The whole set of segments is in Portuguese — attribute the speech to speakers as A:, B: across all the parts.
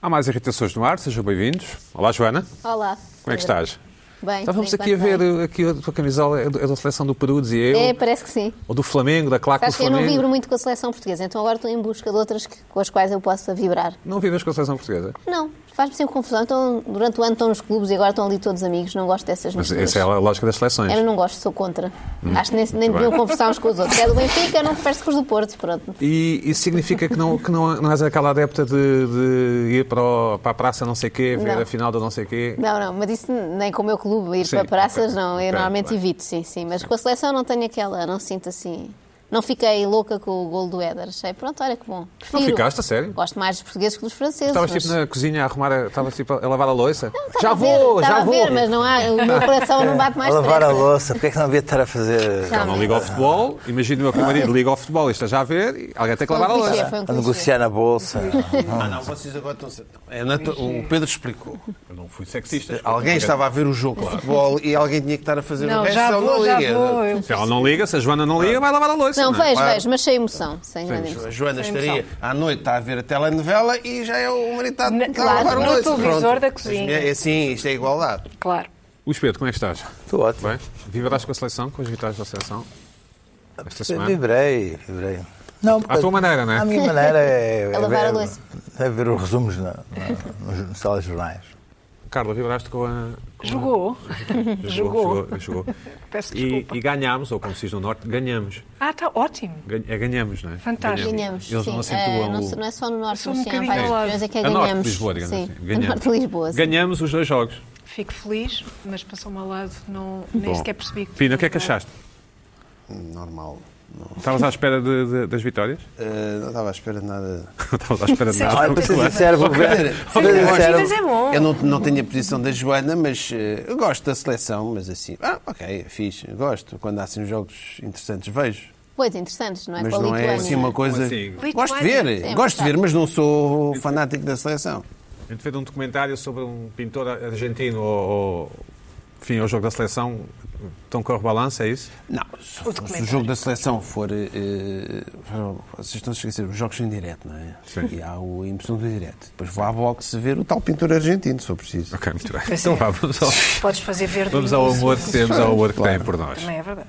A: Há mais irritações no ar, sejam bem-vindos. Olá, Joana.
B: Olá.
A: Como é que estás?
B: Bem.
A: Estávamos
B: por
A: aqui a
B: enquanto,
A: ver, eh, aqui a tua camisola é do- é da seleção do Peru, dizia eu.
B: bem. É, parece que sim.
A: Ou do Flamengo, da claque do
B: Acho que eu não
A: Flamengo.
B: vibro muito com a seleção portuguesa, então agora estou em busca de outras que- com as quais eu possa vibrar.
A: Não vibras com a seleção portuguesa.
B: Não, faz-me sempre confusão. Então, durante o ano estão nos clubes e agora estão ali todos amigos. Não gosto dessas
A: Mas
B: misturas.
A: essa é a lógica das seleções.
B: Eu não gosto, sou contra. Acho que nem, nem
A: bem.
B: deviam conversar uns com os outros. É do Benfica, não converso com os do Porto. Pronto.
A: E isso significa que não, que não, não és aquela adepta de, de ir para, o- para a praça não sei quê, ver
B: Não.
A: a final do não sei quê.
B: Não, não, mas isso nem com o meu clube, ir
A: Sim,
B: para praças,
A: ok.
B: não. Eu
A: Ok,
B: normalmente
A: bem.
B: evito, sim, sim. Mas com a seleção não tenho aquela, não sinto assim. Não fiquei louca com o gol do Éder. Achei, pronto, olha que bom.
A: Não
B: Prefiro.
A: ficaste, a sério?
B: Gosto mais dos portugueses que dos franceses.
A: Estavas
B: mas-
A: tipo na cozinha a arrumar, a- estavas tipo a lavar a louça.
B: Estava
A: já
B: a ver,
A: vou,
B: estava
A: já
B: a
A: vou.
B: ver, mas não há, o meu coração não bate
C: a
B: mais
C: lavar a
B: depressa.
C: louça, porque é que não havia de estar a fazer
B: Já.
A: Ela não liga ao futebol, imagino eu que o marido liga ao futebol e esteja a ver, e alguém tem que lavar a
B: Foi um clichê,
A: louça.
B: foi um
C: a
B: clichê. Uhum.
C: negociar na bolsa?
D: Ah, não, vocês agora estão. É natu- O Pedro explicou.
A: Eu não fui sexista.
D: Alguém estava a ver o jogo de futebol e alguém tinha que estar a fazer o
E: Não,
D: resto,
E: já
D: ela
E: vou,
D: não
E: já
D: liga.
E: vou. Eu-
A: Se ela não liga, se a Joana não liga, vai lavar a louça.
B: Não,
A: é?
B: vejo,
D: Claro.
B: vejo, mas sem emoção. Sem grande emoção.
D: A Joana
E: Sem
D: estaria
E: emoção.
D: à noite, está a ver a telenovela e já é o marido está
E: Na-
D: está a
E: claro,
D: lavar a
E: no
D: louça.
E: televisor
D: Pronto.
E: da cozinha.
D: É assim, isto é igualdade.
E: Claro.
A: Luís Pedro, como é que estás?
C: Estou ótimo.
A: Bem? Vibrás com a seleção, com os vitais da seleção? Esta semana?
C: Vibrei, vibrei. Não,
A: À tua maneira, não é?
C: A minha maneira é,
B: A lavar a
C: é-
B: louça.
C: é ver os resumos na, na, nos, nos telejornais.
A: Carla, vibraste com a. com a-
E: Jogou.
A: Jogou.
E: Jogou.
A: jogou, jogou.
E: Peço
A: E,
E: desculpa.
A: e ganhámos, ou como se diz no Norte, ganhamos.
E: Ah, está ótimo.
A: Gan- É ganhamos, não é?
E: Fantástico.
B: Ganhamos.
A: Eles não
B: sim. É,
A: acentuam
B: não,
A: o-
B: se- não é só no norte,
E: Sou um
B: mas sim, há
E: bocadinho
B: várias
E: ao lado.
B: regiões em que é
A: a Norte de
B: ganhamos.
A: Lisboa, digamos
B: sim,
A: assim.
B: a
A: Ganhamos.
B: norte de Lisboa. sim.
A: Ganhamos os dois jogos.
E: Fico feliz, mas passou-me ao lado, não, nem
A: Bom.
E: sequer percebi.
A: Pina, o que é que achaste?
D: Normal. Não,
A: Estavas à espera de- de- das vitórias?
D: Eh, não estava à espera de nada.
A: Não estavas à espera de nada.
C: Olha, Ah, para ser sincero, vou ver. Para ser sincero,
E: Mas é bom.
D: Eu não, não tenho a posição da Joana, mas eh, eu gosto da seleção, mas assim, ah, ok, é fixe, eu gosto. Quando há assim jogos interessantes, vejo.
B: Pois, interessantes, não é?
D: Mas
B: Com a
D: não é
B: Lituânia.
D: assim uma coisa.
A: Como
E: assim?
D: Gosto de
E: Lituânia.
D: ver,
B: Sim,
D: gosto de
B: mas
D: ver, mas não sou fanático da seleção.
A: A gente fez um documentário sobre um pintor argentino ou, ou- enfim, ao jogo da seleção. Então corre o balanço, é isso?
D: Não, se,
E: O
D: fosse
E: documentário.
D: o jogo da seleção for. eh, eh, vocês estão a esquecer, os jogos são em direto, não é?
A: Sim.
D: E há o- a emoção do direto. Depois vou à boxe ver o tal pintor argentino, se for preciso.
A: Ok, muito bem.
E: Pois
A: Então
E: é.
A: vá, vamos ao,
E: Podes fazer verde.
A: vamos ao amor que temos, ao amor que têm por nós.
E: Também é verdade.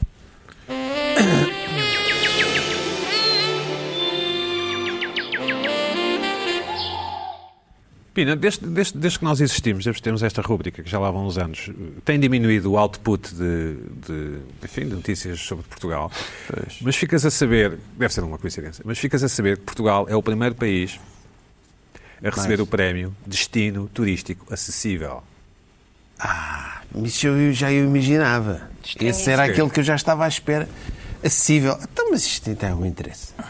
A: Pina, desde, desde- desde que nós existimos, desde que temos esta rúbrica, que já lá vão uns anos, tem diminuído o output de, de, enfim, de notícias sobre Portugal. Mas ficas a saber, deve ser uma coincidência, mas ficas a saber que Portugal é o primeiro país a receber o prémio Destino Turístico Acessível.
D: Isso eu já eu imaginava.
E: Estranho.
D: Esse era aquele que eu já estava à espera. Acessível. Então, mas isto tem algum interesse.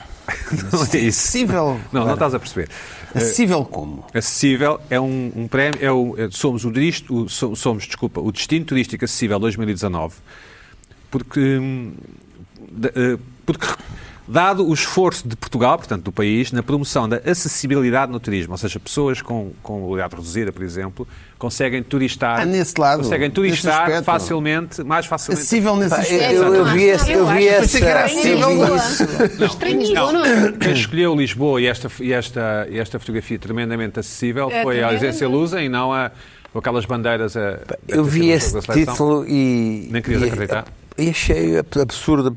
A: Não é isso.
D: Acessível.
A: Não, tá- não estás a perceber.
D: Acessível como?
A: Acessível é um, um prémio, é o- é- somos, o, dist- o- so- somos desculpa, o Destino Turístico Acessível 2019, porque, hum, da- eh, porque dado o esforço de Portugal, portanto do país, na promoção da acessibilidade no turismo, ou seja, pessoas com, com mobilidade reduzida, por exemplo, conseguem turistar,
D: Ah, nesse lado,
A: conseguem
D: nesse
A: turistar
D: aspecto. é?
A: facilmente, mais facilmente.
D: Acessível nesse
C: pá,
D: aspecto.
C: eu, eu vi esse. Eu vi
E: Eu
C: esse.
E: acho
D: Pensei que era
E: Essa-
D: acessível.
E: Sim,
B: Lisboa. Em
A: Não,
B: Lisboa, não é?
A: Quem escolheu Lisboa e esta, e esta, e esta fotografia tremendamente acessível
E: É,
A: foi a
E: tremendamente.
A: ausência lusa e não a, com aquelas bandeiras a.
C: Eu
A: a-
C: vi
A: a-
C: esse
A: da seleção.
C: título e.
A: é- Nem querias
C: e-
A: acreditar.
C: E achei absurdo.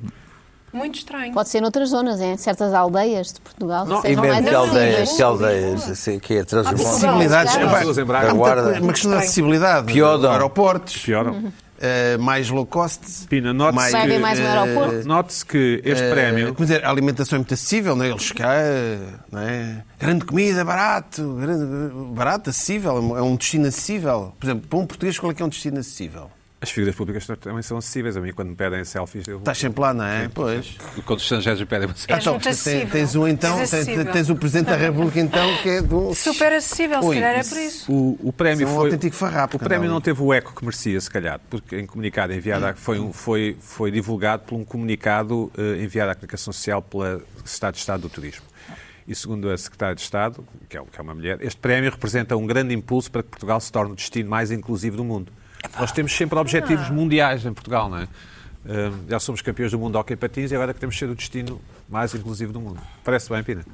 E: Muito estranho.
B: Pode ser noutras zonas, em certas aldeias de Portugal.
A: Não,
B: sejam
C: mesmo
B: mais
C: que
E: não,
C: aldeias,
B: acessíveis.
C: que aldeias, assim,
B: Ah,
C: que é transumano.
D: Acessibilidades.
B: Claro.
D: Epá,
A: Pessoas em Braga.
D: há muita
C: Guarda.
D: coisa, Uma questão de acessibilidade.
C: Pior dão.
D: Aeroportos.
A: Pior.
D: eh, mais low cost.
A: Pina, note-se
B: Vai Uhum. haver
A: que-
B: mais um
D: eh,
B: aeroporto.
A: Note-se que este
D: eh,
A: prémio.
D: Quer dizer, a alimentação é muito acessível, não é? Eles cá, eh, não é? Grande comida, barato, grande- barato, acessível, é um- é um destino acessível. Por exemplo, para um português, qual é que é um destino acessível?
A: As figuras públicas também são acessíveis. A mim, quando me pedem selfies, eu.
D: Estás sempre lá, não é? Pois. Então,
A: Quando os estrangeiros me pedem
E: É.
A: selfies.
E: muito
D: tens-
E: acessível.
D: tens o então,
E: És
D: tens,
E: acessível.
D: tens o Presidente da República então, que é do...
E: Super acessível, se
D: Ui,
E: calhar é por isso.
A: O, o prémio
D: Isso é um
A: foi.
D: autêntico farrapo,
A: o prémio
D: cada um.
A: não teve o eco que merecia, se calhar, porque em comunicado enviado à-
D: Hum.
A: foi, um- foi, foi divulgado por um comunicado eh, enviado à comunicação social pela Secretária de Estado do Turismo. E segundo a Secretária de Estado, que é, que é uma mulher, este prémio representa um grande impulso para que Portugal se torne o destino mais inclusivo do mundo. Nós temos sempre objetivos mundiais em Portugal, não é? Eh, já somos é campeões do mundo de hockey patins e agora queremos ser o destino mais inclusivo do mundo. Parece bem, Pina?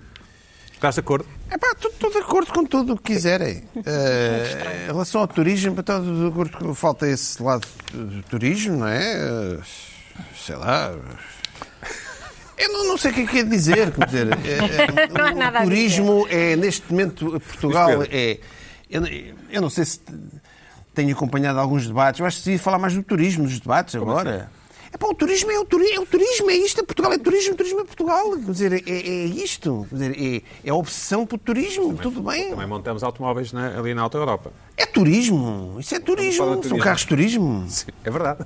A: Estás de acordo?
D: É pá, estou de acordo com tudo o que quiserem.
F: É
D: Eh, em relação ao turismo, estou de acordo que falta esse lado do turismo, não é? Eh, sei lá. Eu não, não sei o que é que é dizer. Quer dizer, eh, eh,
F: Não há
D: o
F: nada a
D: turismo é, neste momento, Portugal
A: Luís
D: é. Eu, eu não sei se tenho acompanhado alguns debates. Eu acho que devia falar mais do turismo, dos debates agora.
A: assim?
D: É pá, o turismo é o, turi é o turismo, é isto. Portugal é turismo, turismo é Portugal. Quer dizer, é, é isto. Quer dizer, é, é a obsessão pelo turismo, tudo bem.
A: Também montamos automóveis na- ali na Alta Europa.
D: É turismo, isso é turismo.
A: falar de
D: São
A: turismo.
D: carros de turismo.
A: Sim, é verdade.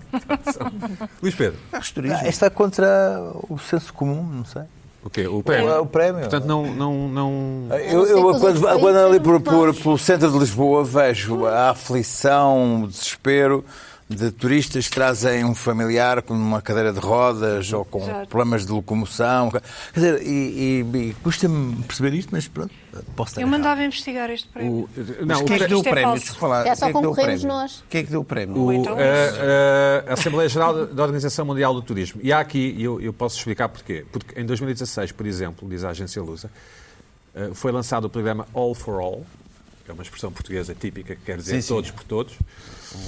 A: Luís Pedro,
D: Carros de turismo.
G: Ah,
C: Esta é contra o senso comum, não sei.
A: o quê? O prémio?
C: É, o prémio.
A: Portanto, não... não, não...
B: não
G: Eu,
B: ser
G: eu
B: que os
G: quando,
B: outros
G: quando ando
B: países
G: ali por,
B: sejam
G: por-
B: maus.
G: pelo centro de Lisboa, vejo a aflição, o desespero de turistas que trazem um familiar com uma cadeira de rodas ou com
E: Exato.
G: problemas de locomoção. Quer dizer, e, e- e custa-me perceber isto, mas pronto, posso estar
E: Eu
G: é errado.
E: mandava investigar este prémio.
A: O,
D: Mas
A: não, o
D: quem é que
A: pré-
D: deu o
E: Isto é
D: prémio?
E: falso.
D: Deixa eu falar.
B: É, só
D: Quem é que deu o
B: concorremos
D: prémio?
B: nós.
D: Quem é que deu o prémio?
A: O-
E: então-
A: eh, a, a- a Assembleia Geral da Organização Mundial do Turismo. E há aqui, e eu, eu posso explicar porquê. Porque em 2016, por exemplo, diz a agência Lusa, eh, foi lançado o programa All for All, que é uma expressão portuguesa típica que quer dizer
D: Sim, sim.
A: todos por todos,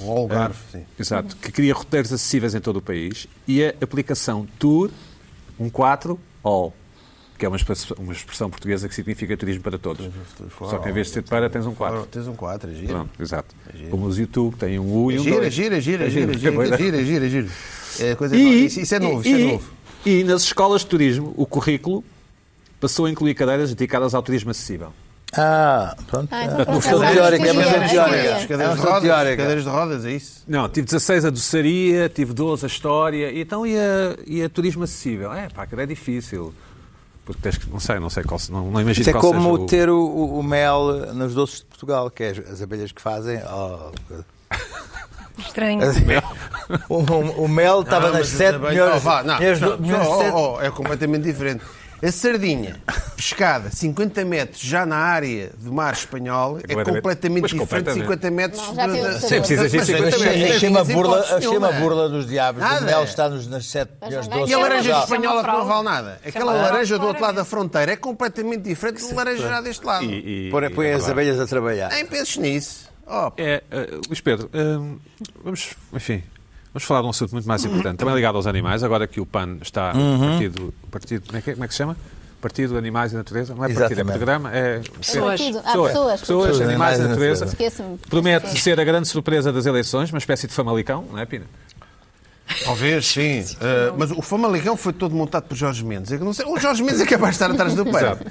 D: O
A: Ah,
D: Algarve, sim.
A: exato, que cria roteiros acessíveis em todo o país, e a aplicação Tour 14 All, que é uma expressão, uma expressão portuguesa que significa turismo para todos. Só que em vez de ser para, tens um 4.
D: Agora Tens um 4, é giro.
A: Pronto, exato. Como os YouTube, tem um U e um
D: Gira,
A: dois.
D: gira, gira,
A: É
D: gira,
A: que
D: gira,
A: coisa.
D: gira, gira, gira. É coisa nova. Isso isso é novo, isso é
A: e-
D: novo.
A: E nas escolas de turismo, o currículo passou a incluir cadeiras dedicadas ao turismo acessível.
C: Ah, pronto.
B: Ah, então
C: é.
B: pronto,
G: no fundo
B: é uma
G: teórico, é uma
B: teoria,
G: visão
B: uma
G: teórica.
D: As
B: teoria.
D: cadeiras
G: É
D: de
G: uma noção
D: rodas,
G: teórica.
D: cadeiras de rodas, é isso?
A: Não, tive 16 a doçaria, tive 12 a história, e então e a, e a turismo acessível? É, pá, que é difícil. Porque tens que, não sei, não sei qual, se- não, não imagino
G: Isso é
A: qual
G: como
A: seja o...
G: ter o, o- o mel nos doces de Portugal, que é as, as abelhas que fazem. ó,
E: Estranho.
G: Ah, Assim, o, o- o mel estava
D: Ah,
G: nas
D: mas
G: sete
D: também-
G: melhores.
D: Oh, vá, não,
G: melhores
D: não,
G: do- melhores
D: oh,
G: sete-
D: oh, é completamente diferente. A sardinha pescada 50 metros já na área do mar espanhol é
A: Completamente.
D: completamente
A: Mas
D: diferente de
A: completamente.
D: 50 metros.
B: Não, já
D: de-
B: tem
D: de-
B: outro
A: Sim, precisa agir
D: oh. Mas é
A: 50
D: achei-
A: metros.
D: achei-
C: Achei
D: não
C: uma
D: tem
C: burla,
D: hipótese
C: achei uma
D: nenhuma.
C: burla dos diabos.
D: Nada.
C: O mel está nos, nas sete
B: Mas
C: melhores
B: não vai
C: doces
D: E
B: ser
D: a
C: de
D: laranja
C: Portugal.
E: Isso é uma
D: espanhola que não
E: fraude.
D: vale nada. Aquela
E: uma
D: laranja do
E: fraude.
D: outro lado da fronteira é completamente diferente da laranja já deste lado.
A: E- e-
G: Põe,
A: e-
G: põe as abelhas a trabalhar.
D: Nem penses nisso. Oh, pá.
A: É, eh, Luís Pedro, hum, vamos, enfim, vamos falar de um assunto muito mais importante, também ligado aos animais, agora que o PAN está
G: Uhum.
A: partido, partido como, é que, como é que se chama? Partido Animais e Natureza, não é partido,
G: Exatamente.
A: é programa, é...
E: Pessoas.
B: partido. Há pessoas.
A: pessoas, animais e natureza.
B: Esqueço-me.
A: Promete ser a grande surpresa das eleições, uma espécie de famalicão, não é, Pina?
D: Talvez, sim. Ah, mas o Famalicão foi todo montado por Jorge Mendes. É que não sei- O Jorge Mendes é capaz de estar atrás do pai.
A: Exato.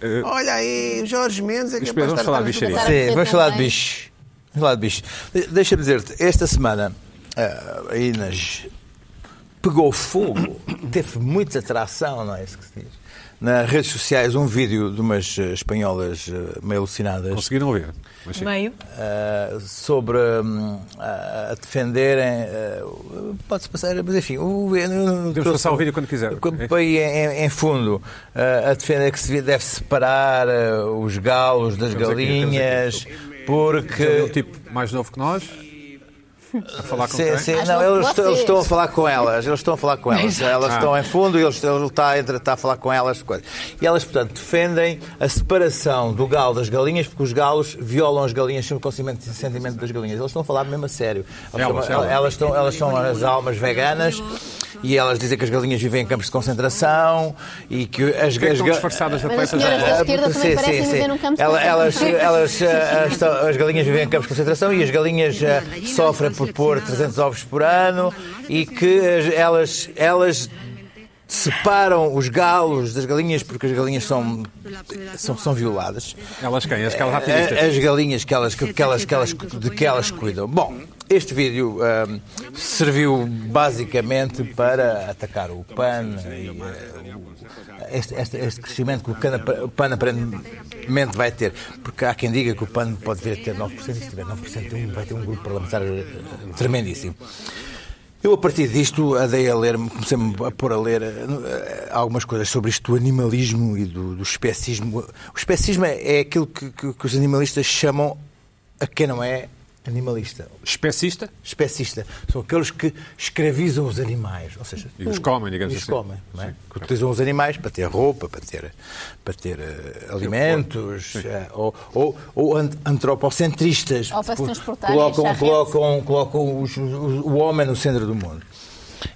A: Eh,
D: Olha aí, o Jorge Mendes é capaz de
A: Espera,
D: estar
A: vamos falar
D: atrás do
A: de
D: pai.
A: bicharia.
G: Sim, vamos falar de
B: também.
G: bicho. Vamos falar de bicho. De- Deixa-me dizer-te, esta semana ah, a Inês pegou fogo, teve muita atração, não é isso que se diz? Nas redes sociais, um vídeo de umas eh, espanholas eh, meio alucinadas
A: Conseguiram ouvir? Mas sim.
E: Meio.
G: ah, sobre hum, a a defenderem. ah, Pode-se passar, mas enfim. o- eu não- não-
A: Podemos passar o vídeo quando quiser. É
G: Quando põe em, em fundo ah, a defender que se devia- deve separar ah, os galos das
A: Temos aqui, temos aqui.
G: galinhas,
A: É um
G: porque.
A: tipo mais novo que nós, a falar com
G: Sim,
A: quem?
G: sim,
B: Mas
G: não,
B: não
G: eles, estão- eles
B: vocês.
G: estão a falar com elas, eles estão a falar com elas. Elas
A: Ah.
G: estão em fundo e eles estão, ele está, a- está a falar com elas. coisa. E elas, portanto, defendem a separação do galo das galinhas, porque os galos violam as galinhas sem o consentimento, sentimento das galinhas. Elas estão a falar mesmo a sério. Elas,
A: Elas,
G: estão,
A: elas.
G: elas estão- elas são as almas veganas e elas dizem que as galinhas vivem em campos de concentração e que as,
A: Porque
G: as
A: estão
G: ga-
A: disfarçadas de
B: Mas as
A: atletas
B: senhoras da
A: de
B: esquerda
G: Sim,
B: também
G: sim,
B: parecem
G: sim.
B: viver num campo de
G: Ela- Elas,
B: concentração.
G: elas, ah, ah, estão- as galinhas vivem em campos de concentração e as galinhas ah, sofrem por pôr 300 ovos por ano e que as- elas, elas separam os galos das galinhas porque as galinhas são, são, são violadas.
A: Elas quem? As aquelas
G: A-
A: ativistas.
G: É, As galinhas que elas, que, que elas, que elas, de que elas cuidam. Bom, este vídeo ahm, serviu basicamente para atacar o PAN e eh, o- este, este- este crescimento que o cana- o PAN aparentemente vai ter. Porque há quem diga que o PAN pode vir a ter 9%, e se tiver 9% tem um- vai ter um grupo parlamentar eh, tremendíssimo. Eu, a partir disto, andei a ler, comecei-me a pôr a ler eh, algumas coisas sobre isto do animalismo e do, do especismo. O especismo é aquilo que, que- que os animalistas chamam a quem não é Animalista.
A: Especista?
G: Especista. São aqueles que escravizam os animais. Ou seja,
A: E os comem, digamos
G: os
A: assim.
G: comem, não é?
A: Sim.
G: Que utilizam os animais para ter roupa, para ter, para ter eh, alimentos. eh, ou, ou, ou ant- antropocentristas.
B: Ou para se transportar,
G: Colocam,
B: deixar
G: colocam, colocam os- os- o homem no centro do mundo.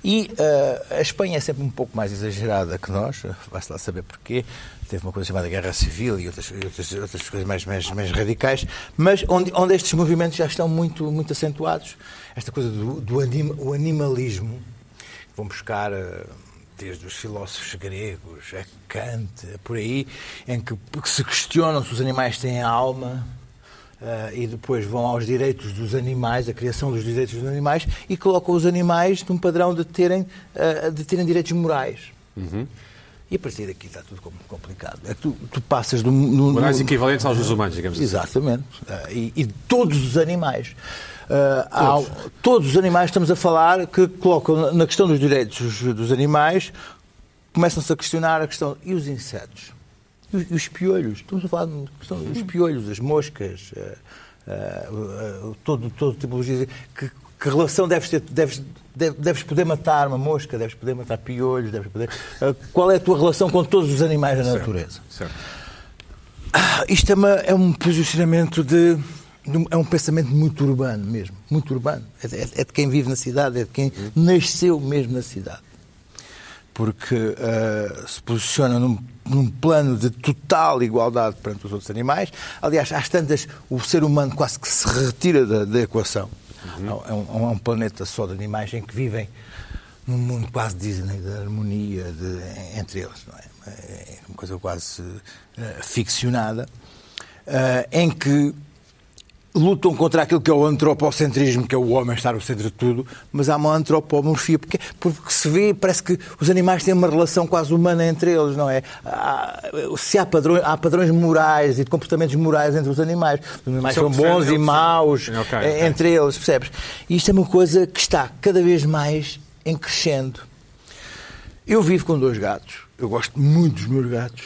G: E eh, a Espanha é sempre um pouco mais exagerada que nós, vai-se lá saber porquê. Teve uma coisa chamada Guerra Civil e outras, e outras, outras coisas mais, mais, mais radicais, mas onde, onde estes movimentos já estão muito, muito acentuados. Esta coisa do, do anima- o animalismo, vão buscar eh, desde os filósofos gregos, a Kant, por aí, em que que se questionam se os animais têm alma, ah, e depois vão aos direitos dos animais, a criação dos direitos dos animais, e colocam os animais num padrão de terem, ah, de terem direitos morais. E a partir daqui está tudo com- complicado. É que tu, tu passas do. No,
A: Morais
G: no-
A: equivalentes aos dos humanos, digamos assim.
G: Exatamente. Ah, e, e todos os animais. Ah, há- todos. os animais, estamos a falar, que colocam na- na questão dos direitos dos, dos animais, começam-se a questionar a questão. E os insetos? E os, e os piolhos? Estamos a falar de questão dos piolhos, as moscas, ah, ah, o- o- todo, todo tipologia. Que, que relação deves ter? Deves, de- deves poder matar uma mosca, deves poder matar piolhos, deves poder. Ah, qual é a tua relação com todos os animais da natureza?
A: Certo.
G: Isto é, uma- é um posicionamento de, de um- É um pensamento muito urbano mesmo. Muito urbano. É, de- é de quem vive na cidade, é de quem nasceu mesmo na cidade. Porque ah, se posiciona num, num plano de total igualdade perante os outros animais. Aliás, às tantas, o ser humano quase que se retira da, da equação. É, um, é um planeta só de animais em que vivem num mundo quase Disney, da harmonia de- entre eles, não é? É uma coisa quase eh, ficcionada, eh, em que lutam contra aquilo que é o antropocentrismo, que é o homem estar no centro de tudo, mas há uma antropomorfia, porque, porque se vê, parece que os animais têm uma relação quase humana entre eles, não é? Há, se há padrões, há padrões morais e de comportamentos morais entre os animais, os animais
A: Isso é o
G: são
A: que defende, é
G: bons
A: o
G: e
A: que defende.
G: maus,
A: Ok, ok.
G: eh, entre eles, percebes? E isto é uma coisa que está cada vez mais em crescendo. Eu vivo com dois gatos, eu gosto muito dos meus gatos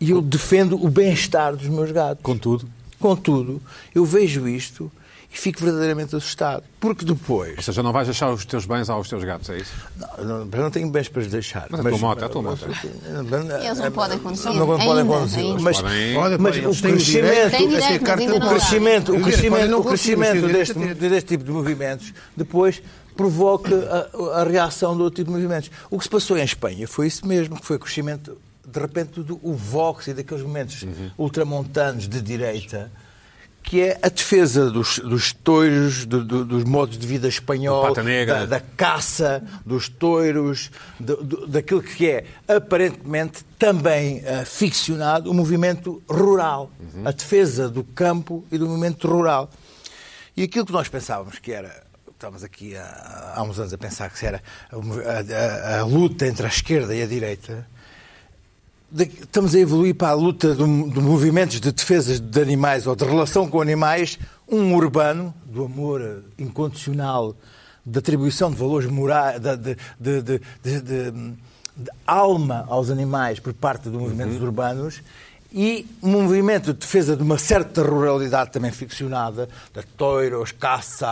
G: e eu defendo o bem-estar dos meus gatos.
A: Contudo.
G: Contudo, eu vejo isto e fico verdadeiramente assustado. Porque depois.
A: Ou seja, não vais deixar os teus bens aos teus gatos, é isso?
G: Não, não, eu não tenho bens para os deixar. eh,
A: Mas a tua moto, a tua moto.
B: Eles não podem conduzir.
G: Não podem
B: Ainda,
G: conduzir,
B: ainda.
G: Mas,
A: Podem.
D: Olha,
G: mas
D: pá,
G: o
D: eles têm os
G: crescimento,
D: direitos,
B: Tem
D: essa
B: direito, mas
D: carta eu
B: ainda
G: o
B: não
D: posso-
B: dá.
G: crescimento, o
D: Eu diria, podem
G: crescimento,
D: não
G: o
D: conseguir, mas
G: crescimento
D: têm
G: deste,
D: direito a ter.
G: deste tipo de movimentos depois provoca a, a reação do outro tipo de movimentos. O que se passou em Espanha foi isso mesmo, que foi o crescimento, de repente, do o Vox e daqueles momentos
A: Uhum.
G: ultramontanos de direita, que é a defesa dos, dos toiros, do- do- dos modos de vida espanhol,
A: Do Pata Negra.
G: da- da caça, dos toiros, do- do- daquilo que é aparentemente também ah, ficcionado o movimento rural, a defesa do campo e do movimento rural. E aquilo que nós pensávamos que era, estávamos aqui há, há uns anos a pensar que era a- a- a- a luta entre a esquerda e a direita, de- estamos a evoluir para a luta do- de, movimentos de defesa de animais ou de relação com animais, um urbano, do amor incondicional, da atribuição de valores morais, da- de, de- de- de- de- de alma aos animais por parte dos movimentos urbanos, e um movimento de defesa de uma certa ruralidade também ficcionada, da toiros, caça,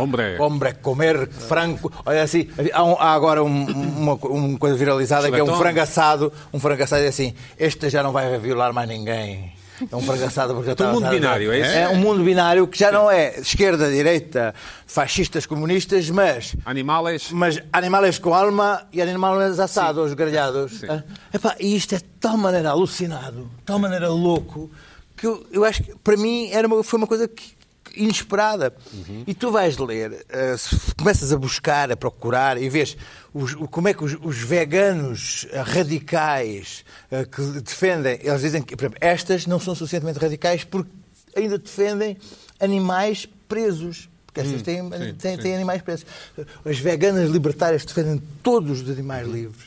A: Hombre.
G: hombre comer, frango. Olha assim, há, um- há agora um- uma, uma coisa viralizada que é um
A: Chuletão.
G: frango assado, um frango assado é assim, este já não vai violar mais ninguém. É um frango assado porque já está
A: um mundo
G: assado.
A: binário, é isso?
G: um mundo binário que já não é esquerda, direita, fascistas, comunistas, mas
A: Animais.
G: mas animais com alma e animais assados, grelhados. Ah, epá, e isto é de tal maneira alucinado, de tal maneira louco, que eu, eu acho que para mim era uma- foi uma coisa que- que inesperada. E tu vais ler, ah, se começas a buscar, a procurar e vês os- o- como é que os, os veganos ah, radicais ah, que defendem, eles dizem que por exemplo, estas não são suficientemente radicais porque ainda defendem animais presos. Porque estas têm, têm- têm animais presos. As veganas libertárias defendem todos os animais livres.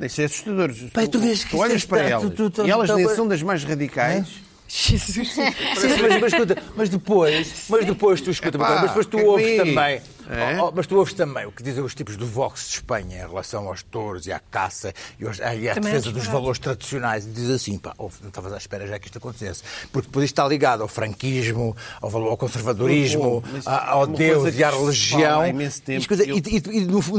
D: Isso é assustador.
G: Pai, tu vês que isto
D: olhas
G: é-
D: para
G: tá- tu-
D: elas
G: tu- tu-
D: e elas
G: tu-
D: nem
G: tu-
D: são das mais radicais.
E: Jesus.
G: Sim, mas, mas escuta, mas depois, mas depois tu escuta,
D: Epá,
G: mas depois tu
D: que é que
G: ouves
D: vi?
G: também
D: É?
G: Oh, oh, mas tu ouves também o que dizem os tipos do Vox de Espanha em relação aos touros e à caça e, aos, e à
E: Também é
G: defesa dos
E: disparate.
G: valores tradicionais. E diz assim, pá, ouve, não estavas à espera já que isto acontecesse. Porque depois isto está ligado ao franquismo, ao, valor, ao conservadorismo,
D: Oh, oh, mas
G: a- ao
D: uma coisa
G: Deus e à
D: que se
G: religião.
D: fala há imenso tempo,
G: E, coisa-
D: eu-
G: e- e- e no, no,
D: E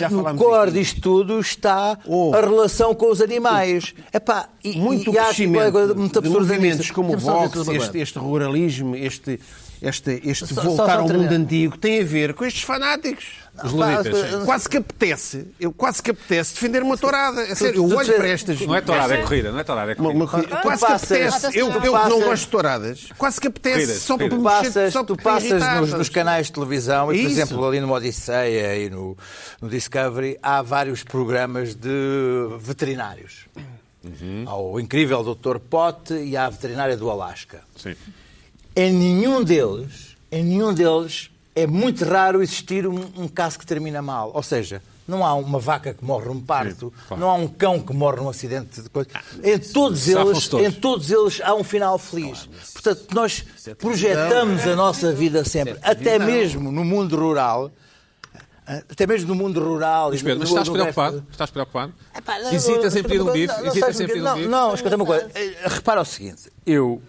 D: já
G: no, no
D: falámos
G: core
D: aqui.
G: disto tudo está
D: Oh.
G: a relação com os animais. Epá, e,
D: muito
G: e, e há tipo, aqui uma coisa
D: crescimento
G: muito
D: de
G: absurda
D: movimentos
G: nisso.
D: como o
G: Deixa-me só dizer
D: Vox,
G: tudo uma
D: este,
G: coisa.
D: este ruralismo, este, este, este
G: Só- só-
D: voltar
G: só
D: ao
G: terminar.
D: mundo antigo, tem a ver com estes fanáticos.
A: Os
G: Pá,
A: luditas.
G: as-
D: Quase que apetece, eu quase que apetece defender uma tourada. É sério,
G: tu-
D: eu
G: tu
D: olho
G: te-
D: para estas.
A: Não é tourada, é corrida, não é tourada, é
D: Uma,
A: corrida.
D: uma,
G: Tu
D: quase que
G: passas-
D: apetece. Eu, eu que não
G: passas-
D: gosto de touradas. Quase que apetece
A: Corridas,
D: só para
G: Tu
A: corridas.
G: passas,
D: só
G: tu
D: para
G: passas
D: irritar,
G: nos,
D: sabes?
G: nos canais de televisão e, por
D: Isso.
G: exemplo, ali no Odisseia e no, no Discovery há vários programas de veterinários.
D: Uhum.
G: Há o incrível Dr. Pote e há a veterinária do Alasca.
A: Sim.
G: Em nenhum deles, em nenhum deles, é muito raro existir um, um caso que termina mal. Ou seja, não há uma vaca que morre num parto,
A: Sim, claro. Ah,
G: não há um cão que morre num acidente de coisa. Em todos
A: safam-se
G: eles,
A: todos.
G: em todos eles há um final feliz. Portanto, nós
A: é
G: projetamos a nossa vida sempre, até mesmo no mundo rural. Até mesmo no mundo rural. e
A: Mas Pedro,
G: no-
A: mas estás
G: no resto-
A: preocupado? Estás preocupado?
G: Epá, É não-
A: Hesitas em
G: não-
A: pedir um
G: não-
A: bife?
G: não-
A: Hesitas
G: sabes
A: em
G: o quê?
A: pedir um
G: Não,
A: bife?
G: Não, escuta uma coisa. Eh, Repara o seguinte. Eu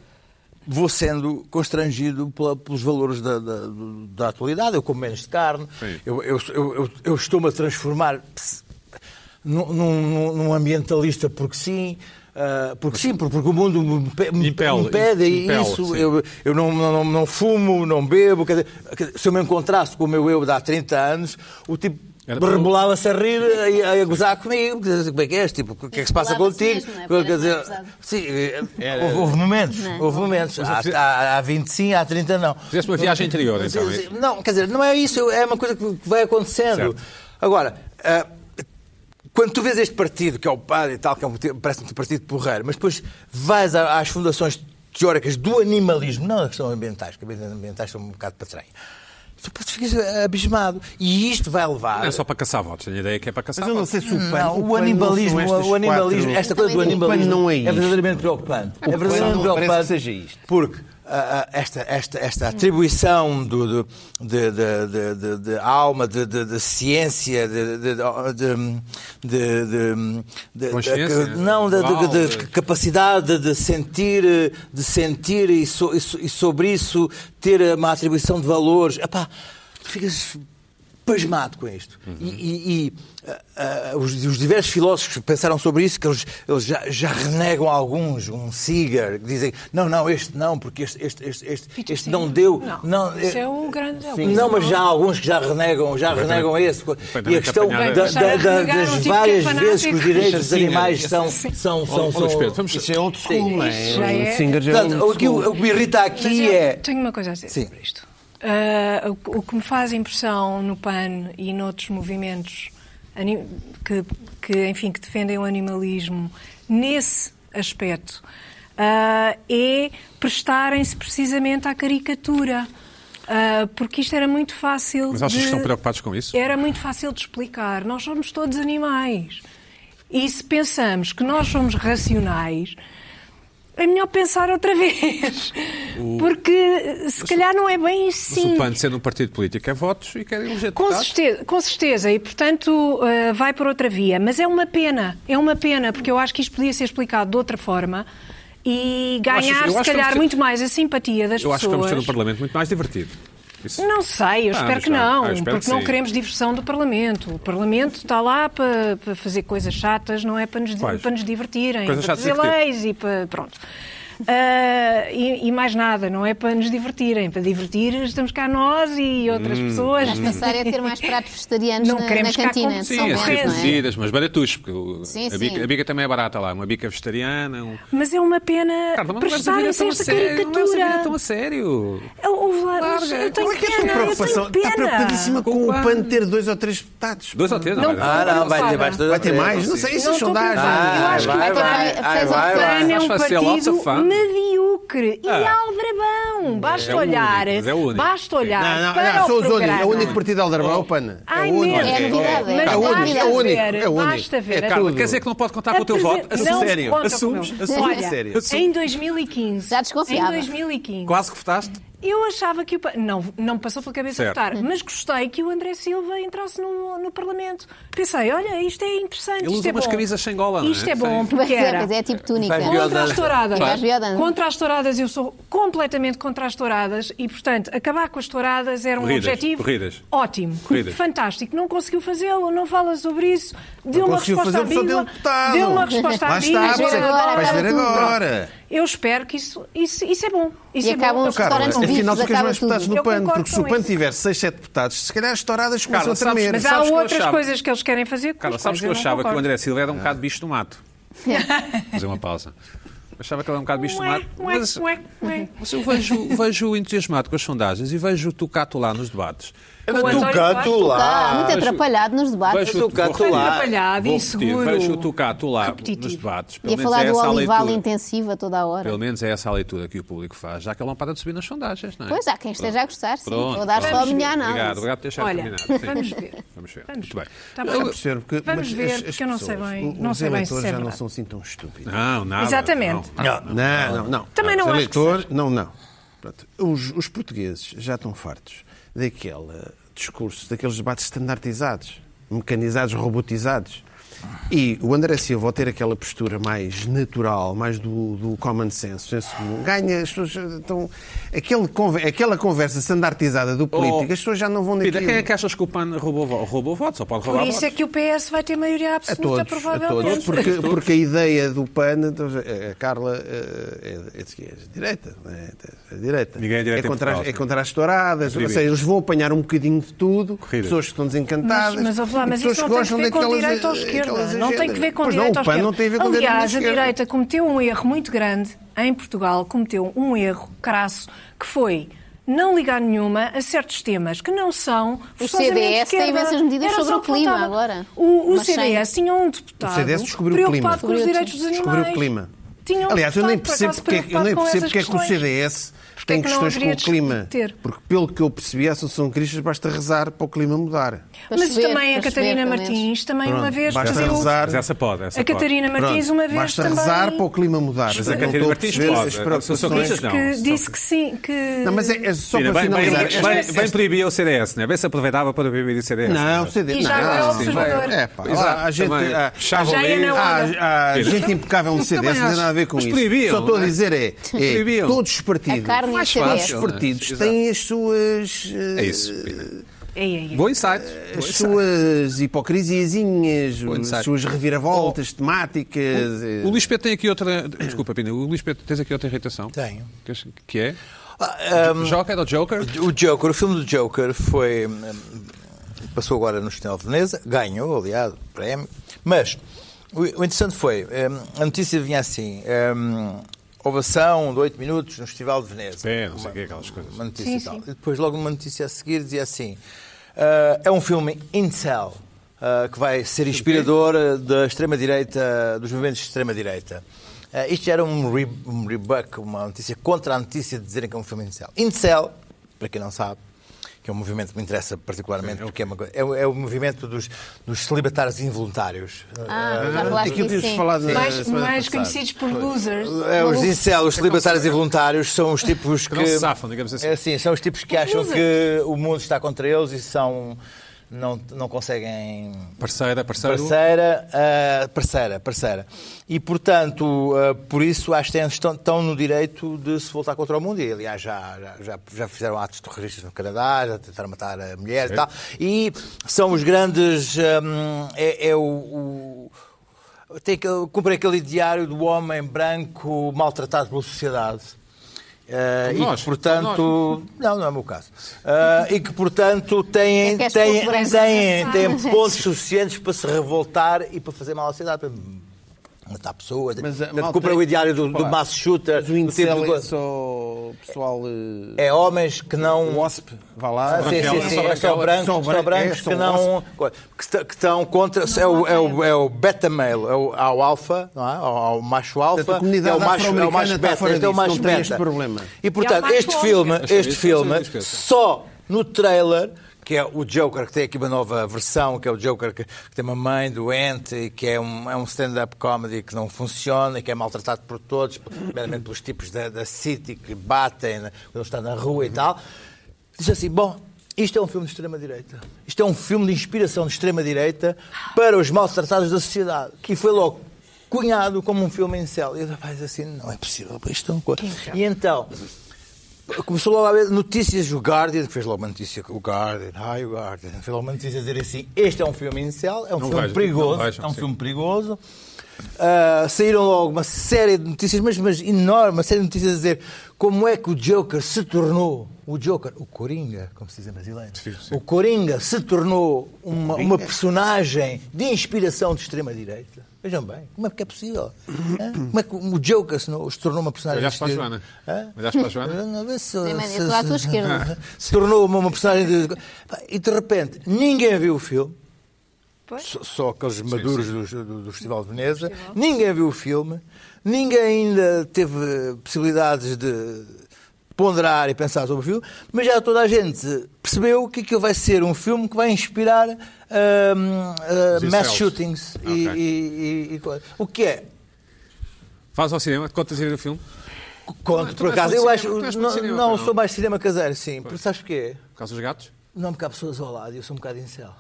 G: vou sendo constrangido pela- pelos valores da, da, do- da atualidade. Eu como menos de carne.
A: Sim.
G: Eu, eu, eu, eu- eu estou-me a transformar pss, num, num- num ambientalista porque sim. ah, porque sim, porque o mundo me, pe- me-
A: Impele,
G: me pede
A: impele,
G: isso.
A: sim.
G: Eu- eu, eu não, não- não- não fumo, não bebo. quer dizer, quer dizer, se eu me encontrasse com o meu eu de há 30 anos, o tipo
A: Era-
G: rebolava-se a rir e a, a gozar comigo. quer dizer, Como é que és? Tipo, o que é que se passa
B: Rebolava-se
G: contigo?
B: mesmo, não é?
G: Quer
B: Parece
G: dizer,
B: mais pesado. é?
G: sim, eh, houve, houve momentos. Houve momentos. Há, há, há 25, há 30 não.
A: Fizeste uma viagem interior, então,
G: Sim,
A: é?
G: sim. Não, quer dizer, não é isso. eu- É uma coisa que vai acontecendo.
A: Certo.
G: Agora... ah, quando tu vês este partido, que é o padre e tal, que é um, te- parece-me um partido porreiro, mas depois vais a- às fundações teóricas do animalismo, não a questão ambientais, que as ambientais são um bocado patranha, tu tu ficas abismado. E isto vai levar.
A: Não é só para caçar votos, tenho a ideia que é para caçar
D: Mas eu não
A: votos.
D: sei se o PAN.
G: Não, o,
D: PAN
G: animalismo,
D: não são estas
G: o animalismo,
D: quatro-
G: esta coisa do
B: Eu também
G: animalismo
D: digo, o PAN não é isto.
G: verdadeiramente preocupante.
D: O
G: é verdadeiramente
D: PAN não parece
G: preocupante
D: que seja isto.
G: Porque ah, ah, esta, esta, esta atribuição do, do- de, de- de- de- de alma, de, de- de ciência, de, de, de- de- de- de-
A: Consciência,
G: de- não, de, de- de- de-
A: uau.
G: capacidade de sentir, eh, de sentir e, so- e so- e sobre isso ter uma atribuição de valores. Epá, tu ficas pasmado com isto. E, e- e, ah, ah, os, os diversos filósofos que pensaram sobre isso, que eles, eles já, já renegam alguns, um Seeger, que dizem, não, não, este não, porque este, este, este, este,
E: Peter
G: este
E: Singer.
G: não deu.
E: Não,
G: Não,
E: esse
G: eh,
E: é um grande- é um
G: Sim.
E: grande
G: Não, mas já há alguns que já renegam, já renegam esse. E a
A: completamente
G: questão
A: apanhada.
G: da- da- da-
E: Negar um
G: das
E: tipo que é
G: várias vezes que
E: fanático.
G: os direitos dos
D: Singer.
G: animais são.
E: Sim.
G: são,
A: Ó, ó,
G: são,
A: Luís
G: são-
A: Pedro, vamos-
D: Isso é old school, não
E: Isto já é-
D: é? O Singer já é
G: Portanto,
D: old
G: o que,
D: school.
G: o que me irrita
E: Mas
G: aqui
E: eu
G: é.
E: Tenho uma coisa a dizer
G: Sim.
E: sobre isto. Ah, o, que- o que me faz impressão no PAN e noutros movimentos ani- que, que, enfim, que defendem o animalismo nesse aspecto ah, é prestarem-se precisamente à caricatura. Ah, porque isto era muito fácil.
A: Mas achas
E: de-
A: que estão preocupados com isso?
E: Era muito fácil de explicar. Nós somos todos animais. E se pensamos que nós somos racionais, é melhor pensar outra vez. Porque se calhar não é bem isso,
A: Mas o
E: sim.
A: PAN, sendo um partido político, é votos e quer eleger
E: Com
A: deputados.
E: certeza, com certeza, e portanto eh, vai por outra via. Mas é uma pena, é uma pena, porque eu acho que isto podia ser explicado de outra forma e
A: acho-
E: ganhar,
A: eu acho
E: se
A: que
E: calhar,
A: vamos ter-
E: muito mais a simpatia das
A: Eu
E: pessoas.
A: acho que vamos ter um Parlamento muito mais divertido. Isso-
E: Não sei,
A: Ah,
E: eu espero
A: mas
E: que
A: já-
E: não,
A: ah, eu espero
E: porque
A: que
E: não
A: sim.
E: queremos diversão do Parlamento. O Parlamento está lá para, para fazer coisas chatas, não é para nos,
A: Quais?
E: para nos divertirem,
A: Coisas
E: para
A: chatas
E: fazer
A: e divertir.
E: leis e para. Pronto. Ah, e, e mais nada, não é para nos divertirem. Para divertir, estamos cá nós e outras
A: Hum,
E: pessoas.
B: Mas pensar é ter mais pratos vegetarianos
E: Não
B: na, na
E: queremos cá
B: cantina.
E: com-
B: de
A: Sim,
B: São
A: é
E: São
A: ser
B: Bento, não é?
E: reduzido.
A: cozidas, mas baratuchos, porque o-
B: Sim,
A: a, bica,
B: sim.
A: a bica também é barata lá, uma bica vegetariana. Um...
E: Mas é uma pena
A: Carla, mas não leves a vida
E: prestarem-se
A: tão a
E: esta
A: sério. Não leves a vida tão
E: caricatura.
A: a sério.
E: Eu, eu, eu tenho
D: Qual é que é a tua
E: pena, eu
D: preocupação?
E: tenho pena.
D: Está preocupadíssima com o
A: Com o
D: PAN ter dois ou três deputados.
A: Dois ou três, não, é
E: Não,
A: vai dar.
G: Ah, não, vai ter mais dois
D: Vai ter
G: ou três,
D: mais? Não sei, isso
E: Não
D: é
E: estou
D: sondagem.
E: preocupada. Eu acho que
B: Ah,
E: é
B: vai,
E: o PAN
B: vai, vai, vai.
E: PAN é
A: Acho
E: um
A: que vai ser Lots of
E: partido
A: Fun.
E: mediocre e
A: Ah.
E: é bom. Basta
A: É o
E: olhar.
A: único, mas é o único.
E: Basta olhar.
D: Não, não,
E: para
D: não, sou
E: o
D: os únicos.
E: programa.
D: É o único partido aldrabão, é o PAN.
E: Ai,
D: é o único.
E: mesmo.
B: É novidade,
E: Mas
B: é
E: basta
B: novidade.
E: ver,
B: É
D: único, é único.
E: Basta ver.
D: É,
E: é
D: Carla,
A: Carla,
E: tudo.
A: quer dizer que não pode contar tá com o teu
E: Apresen-
A: voto?
E: Não
A: Assumes, sério.
E: conta com
A: Assumes,
E: o meu.
A: assumes.
E: Olha,
D: É Sério.
A: Assumes.
E: Em 2015.
B: Já desconfiava.
E: Em 2015.
A: Quase que votaste?
E: Eu achava que o. pa- Não, não me passou pela cabeça
A: Certo.
E: votar, mas gostei que o André Silva entrasse no, no Parlamento. Pensei, olha, isto é interessante.
A: Ele
E: isto
A: usa
E: é
A: umas
E: bom.
A: camisas sem gola, não é?
E: Isto
A: Sem-
E: é bom,
B: Mas
E: porque
B: é,
E: era.
B: mas é tipo túnica.
G: Vai ver.
E: Contra as touradas.
B: Vai. Viola.
E: Contra as touradas, eu sou completamente contra as touradas e, portanto, acabar com as touradas era um
A: Corridas,
E: objetivo
A: corridas.
E: ótimo,
A: Corridas.
E: fantástico. Não conseguiu fazê-lo, não fala sobre isso, deu uma
D: conseguiu fazer,
E: resposta à
D: mas só deu
E: ambígua.
D: um deputado.
E: Deu uma resposta
D: Lá
E: à
D: está, é
E: ambígua.
B: Vais ver agora,
D: vais ver
B: acaba tudo.
D: agora.
E: Eu espero que isso, isso, isso é bom. Isso
B: E
E: é
B: acabam
E: bom.
B: os
E: Eu-
D: Carla,
B: restaurantes vivos,
D: afinal ficas
B: acaba
D: mais
B: tudo.
D: deputados no
E: Eu
D: PAN,
E: concordo
D: porque se o
E: com
D: PAN
E: isso.
D: tiver 6, 7 deputados, se calhar as touradas começam
A: Carla,
D: a tremer.
E: Mas
A: Sabes
E: há
A: que eu
E: outras
A: achava-
E: coisas que eles querem fazer que
A: Cara,
E: os
A: sabes
E: quais
A: que eu
E: não
A: achava que o
E: concordo. É.
A: André Silva era um bocado bicho do mato. Fazer uma pausa. Achava que ele era um bocado bicho do
E: Ué,
A: mato.
E: ué,
A: Mas,
E: ué, ué.
A: mas eu vejo, vejo entusiasmado com as sondagens e vejo o Tucato lá nos debates.
E: O António Costa-
G: Tucato
B: Está muito
A: vejo-
B: atrapalhado nos debates.
A: Vejo o
G: Tucato
A: vou repetir,
G: lá.
E: Atrapalhado,
A: vou
E: inseguro,
A: repetir, Vejo o Tucato lá
E: repetitivo.
A: nos debates. Pelo
B: Ia
A: menos
B: falar
A: é
B: do
A: essa a
B: olival
A: leitura.
B: intensiva toda a hora.
A: Pelo menos é essa a leitura que o público faz, já que ele não para de subir nas sondagens, não é?
B: Pois há quem esteja a gostar, sim.
A: Pronto,
B: Vou dar
A: pronto.
B: só a minha
A: Obrigado,
B: análise.
A: obrigado por deixar
E: Olha,
A: terminado. Sim.
E: vamos ver.
A: Vamos ver.
E: Vamos
A: Muito bem.
E: Tá bom.
D: Eu percebo que-
E: Vamos
D: mas
E: ver,
D: as-
E: porque
D: as
E: eu não sei bem-
D: o-
E: não
D: os
E: sei bem se
D: eleitores
E: é
D: já não
E: verdade.
D: são assim tão estúpidos.
A: Não, nada.
E: Exatamente.
A: não,
D: Não, não, não.
E: Também não
D: Os
E: acho que
D: eleitores- não, não. Pronto, Os, os portugueses já estão fartos daquele discurso, daqueles debates standardizados, mecanizados, robotizados. E o André Silva, ao ter aquela postura mais natural, mais do, do common sense, senso comum, ganha as pessoas. Então, aquele conver- aquela conversa standardizada do político, as pessoas já não vão
A: Oh, Pita,
D: naquilo.
A: quem é que achas que o PAN roubou, vo- roubou votos? Só pode roubar
E: Por isso é
A: votos?
E: que o PS vai ter maioria
D: A
E: absoluta,
D: todos, a todos.
E: provavelmente.
D: Porque, porque a ideia do PAN, a Carla eh, é, é, de esquerda, é direita, não é? É direita.
A: Ninguém é direita em
D: contra, as-
A: Portugal,
D: é contra as touradas, ou seja, eles vão apanhar um bocadinho de tudo,
A: Corrida.
D: pessoas que estão desencantadas.
E: Mas, mas, ouve lá,
D: e
E: mas
D: pessoas
E: isso não tem que ver
D: gostam
E: com
D: daquelas- eh,
E: direita ou
D: aquelas
E: esquerda. Não tem
D: agendas.
E: que ver com
D: Pois não,
E: direita
D: o PAN
E: ou
D: não tem a ver
E: esquerda.
D: com direita
E: Aliás, a
D: ou esquerda.
E: direita cometeu um erro muito grande em Portugal, cometeu um erro crasso, que foi não ligar nenhuma a certos temas que não são forçosamente
B: CDS tem
E: esquerda.
B: imensas medidas
E: Era só
B: sobre o
E: que
B: clima
E: faltava.
B: agora.
E: O, o
B: Mas sem-
E: CDS tinha um deputado
D: O CDS descobriu o clima.
E: preocupado com os
B: Descobriu,
E: direitos dos animais.
D: Descobriu o clima.
E: Tinha um
D: Aliás, eu nem
E: deputado, por
D: percebo
E: acaso,
D: porque, eu nem
E: preocupado com
D: percebo
E: essas
D: porque é que o
E: questões.
D: CDS
E: Porque é
D: tem
E: que não
D: questões com
E: haveria
D: o clima.
E: de ter?
D: Porque, pelo que eu percebi, a Associação de Cristas basta rezar para o clima mudar.
B: Para
E: Mas
B: chover,
E: também a
B: para
E: Catarina
B: chover, pelo menos.
E: Martins, também
D: Pronto,
E: uma vez
D: basta
E: perdeu.
D: rezar.
A: Mas essa pode, essa
E: A Catarina
D: Pronto,
E: Martins uma vez
D: basta
E: também
D: rezar para o clima mudar.
A: Mas
D: Eu
A: a
D: não
A: Catarina
D: estou a
A: Martins
D: perceber
A: pode. é
D: as
A: São
D: preocupações.
A: cristas, não.
E: que disse que sim, que
D: Não, mas é, é só
A: Pina,
D: para
A: bem, bem,
D: finalizar.
A: bem, bem,
D: esta-
A: bem proibia o CDS, não é? Bem se aproveitava para proibir o CDS.
D: Não,
A: é?
D: CD,
E: E já
D: não,
E: agora é o
D: sim,
E: observador.
D: vai- É, pá,
A: Exato,
D: lá, a gente,
A: também.
D: a,
A: Chava
E: Já ia
A: ali.
E: na hora.
D: a- a
A: Pira.
D: gente impecável no
A: também
D: CDS, não tem
A: acho.
D: nada a ver com
A: Mas
D: isso.
A: proibiam,
D: Só estou a
A: não é?
D: dizer é, é,
A: Proibiam.
D: todos os partidos,
B: A carne e a
D: todos
B: CDS.
D: os partidos
A: Exato.
D: têm as suas, eh,
A: É isso, Pina.
E: Ei, ei, ei.
A: Bom insight.
D: as
A: é.
D: suas hipocrisiazinhas,
A: Bom insight.
D: as suas reviravoltas temáticas. eh,
A: é. Oh. O Luís Pedro tem aqui outra. Desculpa, Pina. O Luís Pedro tens aqui outra irritação?
G: Tenho.
A: Que- Que é?
G: Ah,
D: Um,
G: hum,
A: Joker ou Joker?
G: O Joker, o filme do Joker foi. hum, Passou agora no Cinema de Veneza, ganhou, aliás, o prémio. Mas o o interessante foi: hum, a notícia vinha assim. hum, Ovação de 8 minutos no Festival de Veneza.
A: É, não sei o
G: Uma-
A: que é aquelas coisas.
G: Uma notícia
E: Sim,
G: e tal.
E: sim.
G: E depois, logo numa notícia a seguir, dizia assim: ah, é um filme incel ah, que vai ser inspirador ah, da extrema-direita, dos movimentos de extrema-direita. Ah, isto já era um, re, um rebuck, uma notícia contra a notícia de dizerem que é um filme incel. Incel, para quem não sabe, que é um movimento que me interessa particularmente, porque é, uma, coisa- é, o- é o movimento dos, dos celibatários involuntários.
B: Ah, já falaste
D: Aquilo que
B: disso,
D: tínhamos
B: sim.
D: falado na
E: mais,
D: semana
E: mais
D: passada.
E: conhecidos por losers.
G: É, os incel, os celibatários involuntários, são os tipos que.
A: não se safam, digamos assim.
G: É, sim, são os tipos que
E: Os
G: acham
E: losers.
G: que o mundo está contra eles e são. Não, não conseguem.
A: Parceira, parceiro.
G: Parceira, ah, parceira, parceira. E, portanto, ah, por isso acho que têm- estão, estão no direito de se voltar contra o mundo. E, aliás, já, já- já, já fizeram atos terroristas no Canadá, já tentaram matar a mulher e tal. E são os grandes. hum, é é o- o tem que cumprir aquele diário do homem branco maltratado pela sociedade. Eh,
A: Como
G: e
A: nós,
G: que, portanto, não, não é o meu caso. Eh, e que, portanto, têm,
B: É que és
G: têm,
B: pouco branco.
G: têm, têm pontos suficientes para se revoltar e para fazer mal à sociedade. Para matar pessoas.
D: Mas a
G: Portanto,
D: malta-
G: Cumprem o diário do, do
D: Olá.
G: mass shooter.
D: Mas
G: do
D: o
G: tipo de
D: incel é
G: coisa.
D: só o pessoal. eh, um
G: É homens que não.
D: O WASP, vá lá.
G: Ah, sim, sim,
D: Branquela,
G: sim.
D: só
G: É só
D: branquela.
G: brancos,
D: Só
G: só
D: branco, é,
G: brancos
D: só
G: que não. que está- que estão contra. É o, é, o, é o beta male, é o, há o alfa, não é? Há o macho alfa.
D: Portanto, a comunidade
G: é o macho, é o
D: afro-americana
G: macho
D: está
G: beta.
D: fora
G: este é o
D: disso,
G: macho
D: não tem
G: beta.
D: este problema.
G: E portanto,
B: macho
G: este
B: alfa.
G: filme, este
A: isso, eu
G: filme,
A: sei disso,
G: só no trailer. Que é o Joker, que tem aqui uma nova versão, que é o Joker que, que tem uma mãe doente e que é um, é um stand-up comedy que não funciona e que é maltratado por todos, primeiramente pelos tipos da, da City que batem na- quando ele está na rua e tal. Diz assim: bom, isto é um filme de extrema-direita. Isto é um filme de inspiração de extrema-direita para os maltratados da sociedade. Que foi logo cunhado como um filme em céu. E eu rapaz, assim, não é possível. Isto é uma coisa. E então, começou logo a haver notícias, o Guardian, que fez logo uma notícia, o Guardian, ai o Guardian, fez logo uma notícia a dizer assim, este é um filme inicial, é um filme
A: vejam,
G: perigoso,
A: não vejam,
G: é um
A: sim.
G: filme perigoso. Ah, saíram logo uma série de notícias, mas, mas enorme, uma série de notícias a dizer como é que o Joker se tornou, o Joker, o Coringa, como se diz em brasileiro, o Coringa se tornou uma, uma personagem de inspiração de extrema-direita. Vejam bem, como é que é possível? Hã? Como é que o Joker se no- se tornou uma personagem
A: Olhaste
G: de
A: para a
G: extrema-
A: Joana?
G: Hã?
A: Olhaste para a Joana?
G: Não, vê se-
B: Sim, mas
G: se-
B: eu estou à tua
G: se-
B: esquerda.
G: Se tornou uma, uma personagem de... E de repente, ninguém viu o filme.
E: Pois.
G: Só, só aqueles maduros Do, do- do Festival de Veneza. Ninguém viu o filme. Ninguém ainda teve eh, possibilidades de ponderar e pensar sobre o filme. Mas já toda a gente percebeu que aquilo vai ser um filme que vai inspirar ahm, ah,
A: Os incels.
G: mass shootings. e-
A: Ok.
G: e- e- e coisa. o que é
A: Vais ao cinema, contas a ver o filme?
G: Conto,
A: Tu
G: por
A: és muito
G: acaso. Eu
A: cinema,
G: acho.
A: tu és muito
G: Não,
A: cinema,
G: não,
A: não?
G: sou mais cinema caseiro, sim. Porque sabes porquê?
A: Por causa dos gatos?
G: Não porque há pessoas ao lado e eu sou um bocado incel.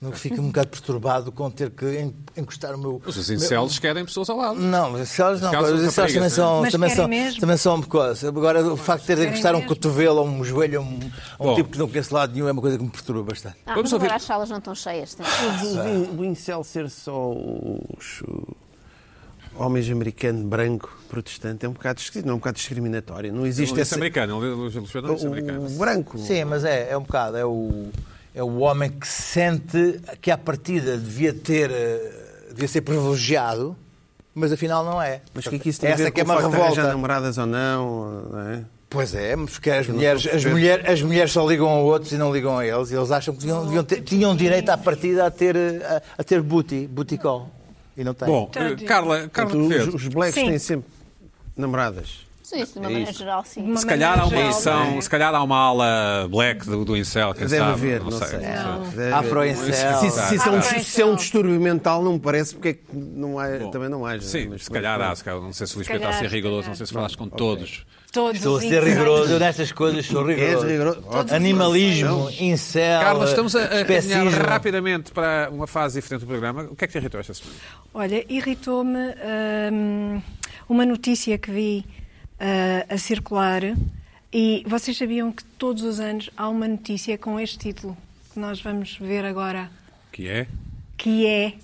G: Não fico um bocado perturbado com ter que en- encostar o meu.
A: Mas os incels querem pessoas ao
D: Hum,
A: lado.
G: Não, mas incels não.
A: Caso
G: Os incels também
A: raparigas,
G: são,
E: né?
G: também,
E: Mas
G: são,
E: querem mesmo.
G: também são bocosas. Agora, o facto de ter de
E: querem
G: encostar um
E: mesmo.
G: cotovelo ou um joelho a um, a um
A: Bom.
G: tipo que não conheço de lado nenhum é uma coisa que me perturba bastante.
B: Ah,
A: Vamos
B: mas agora
A: ouvir.
B: as salas não estão cheias. tem-
D: O do incel ser só os o- homens americano branco protestante é um bocado esquisito, não é um bocado discriminatório. Não existe
A: Isto é
D: essa.
A: americano, o Luís Pedro não é
D: O,
A: americano.
D: o branco.
G: Sim, mas é, é um bocado. É o, é o homem que sente que à partida devia ter. eh, devia ser privilegiado, mas afinal não é.
D: Mas o que é que isso tem
G: Essa
D: a ver
G: que é
D: com
G: uma
D: o facto de arranjar
G: revolta.
D: namoradas ou não? não é?
G: Pois é, mas porque as
D: não
G: mulheres,
D: estou a
G: as,
D: perceber.
G: mulher, as mulheres só ligam a outros e não ligam a eles. E eles acham que deviam, deviam ter- tinham direito à partida a ter, eh, a, a ter booty, booty call. E não têm.
A: Bom,
E: Então,
A: eh, Carla, Carla
D: Portanto,
A: Quevedo.
D: os, os blacks
E: Sim.
D: têm sempre namoradas.
B: Sim, isso de
A: É
B: uma maneira geral, sim.
E: Uma
A: Se calhar, há uma
E: maneira geral,
A: edição,
E: não é?
A: se calhar há uma ala black do, do Incel, quem
D: Deve
A: sabe.
D: haver, é não, sei. Deve haver.
G: Eh, Afro-incel.
D: Se, se isso é um,
E: Afro-incel.
D: se é um distúrbio mental, não me parece, porque é que não há, também não há.
A: Sim,
D: mas
A: se calhar
D: pronto.
A: há, se calhar, não sei se o Luís
E: Se
A: Pedro está a ser
E: calhar,
A: rigoroso,
E: se
A: não sei se falaste com todos.
E: Todos
G: Estou a
E: os
G: ser
E: incels.
G: rigoroso, eu nestas coisas sou rigoroso.
D: És rigoroso. É Ótimo.
G: Animalismo, incel,
A: Carla, estamos a, a caminhar
G: especismo.
A: rapidamente para uma fase diferente do programa. O que é que te irritou esta semana?
E: Olha, irritou-me hum, uma notícia que vi ah, a circular e vocês sabiam que todos os anos há uma notícia com este título que nós vamos ver agora,
A: Que é?
E: que é